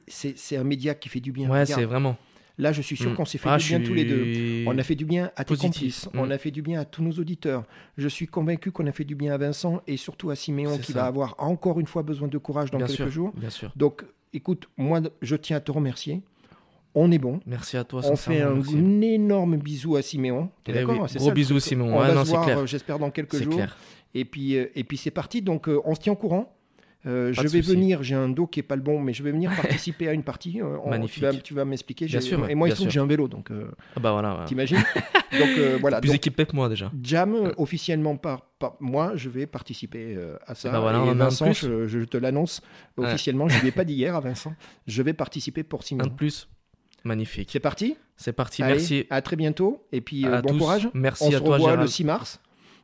c'est, c'est un média qui fait du bien. Ouais, Regarde, c'est vraiment. Là, je suis sûr qu'on s'est fait Ah, du je bien tous les deux. suis- On a fait du bien à tes Positif. complices, Mm. on a fait du bien à tous nos auditeurs. Je suis convaincu qu'on a fait du bien à Vincent et surtout à Siméon C'est qui ça. va avoir encore une fois besoin de courage dans bien quelques sûr, jours. Bien sûr. Donc, écoute, moi, je tiens à te remercier. On est bon. Merci à toi. On fait sincèrement, un, merci. un énorme bisou à Siméon. T'es Eh d'accord oui, C'est Gros ça le bisous, truc. Simon. On va Ouais, Ah non, se c'est voir, clair. euh, j'espère, dans quelques C'est jours. clair. Et puis, euh, et puis c'est parti. Donc, euh, on se tient au courant. Euh, je de vais souci. venir, j'ai un dos qui est pas le bon, mais je vais venir participer à une partie. euh, on- Magnifique. Tu vas, tu vas m'expliquer. Bien j'ai- sûr, Et moi, il bien se trouve que j'ai sûr. un vélo, donc euh, Ah bah voilà. ouais. t'imagines. donc euh, voilà. Plus Donc, équipé que moi déjà. Jam, euh, officiellement par, par- moi, je vais participer euh, à ça. Eh ben voilà, on en a et un de Vincent, plus. je, je te l'annonce Ouais. officiellement. Je ne l'ai pas dit hier à Vincent. Je vais participer pour Simon. Un de plus. Magnifique. C'est parti. C'est parti. Allez, merci. À très bientôt. Et puis euh, à bon tous. courage. Merci On se à toi, revoit Gérald. le 6 mars.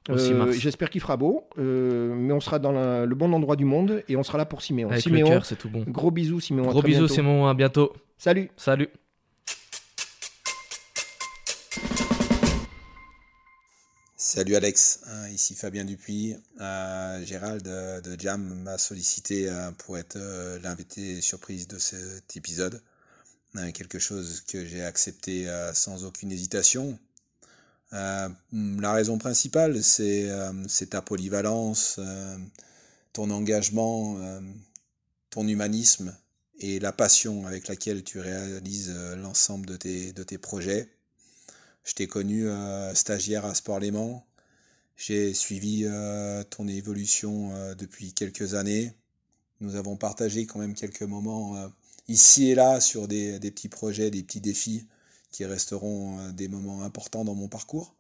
Au 6 Euh, mars. J'espère qu'il fera beau, euh, mais on sera dans la- le bon endroit du monde et on sera là pour Siméon. Avec le Siméon, cœur, c'est tout bon. gros bisous Siméon. à Gros très bisous, bientôt. Simon. À bientôt. Salut. Salut. Salut Alex, hein, ici Fabien Dupuis. Euh, Gérald euh, de Jam m'a sollicité euh, pour être euh, l'invité surprise de cet épisode. Euh, quelque chose que j'ai accepté euh, sans aucune hésitation. Euh, la raison principale, c'est euh, c'est ta polyvalence, euh, ton engagement, euh, ton humanisme et la passion avec laquelle tu réalises euh, l'ensemble de tes, de tes projets. Je t'ai connu euh, stagiaire à Sport Léman. J'ai suivi euh, ton évolution euh, depuis quelques années. Nous avons partagé quand même quelques moments euh, ici et là sur des, des petits projets, des petits défis qui resteront euh, des moments importants dans mon parcours.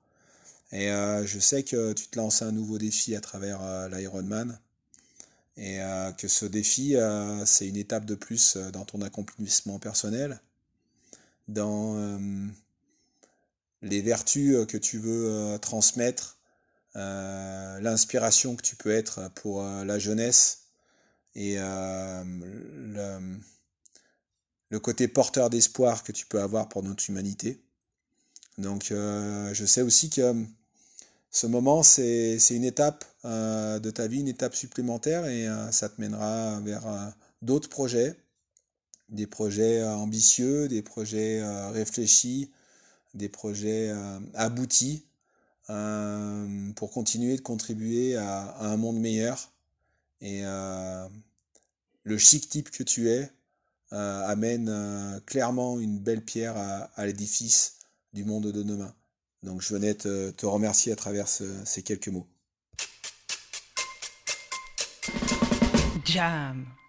Et euh, je sais que tu te lances un nouveau défi à travers euh, l'Ironman. Et euh, que ce défi, euh, c'est une étape de plus euh, dans ton accomplissement personnel, dans euh, les vertus euh, que tu veux euh, transmettre, euh, l'inspiration que tu peux être pour euh, la jeunesse et euh, le, le côté porteur d'espoir que tu peux avoir pour notre humanité. Donc euh, je sais aussi que ce moment, c'est c'est une étape euh, de ta vie, une étape supplémentaire et euh, ça te mènera vers euh, d'autres projets, des projets euh, ambitieux, des projets euh, réfléchis, des projets euh, aboutis euh, pour continuer de contribuer à, à un monde meilleur. Et euh, le chic type que tu es euh, amène euh, clairement une belle pierre à, à l'édifice du monde de demain. Donc je venais te, te remercier à travers ce- ces quelques mots. Jam.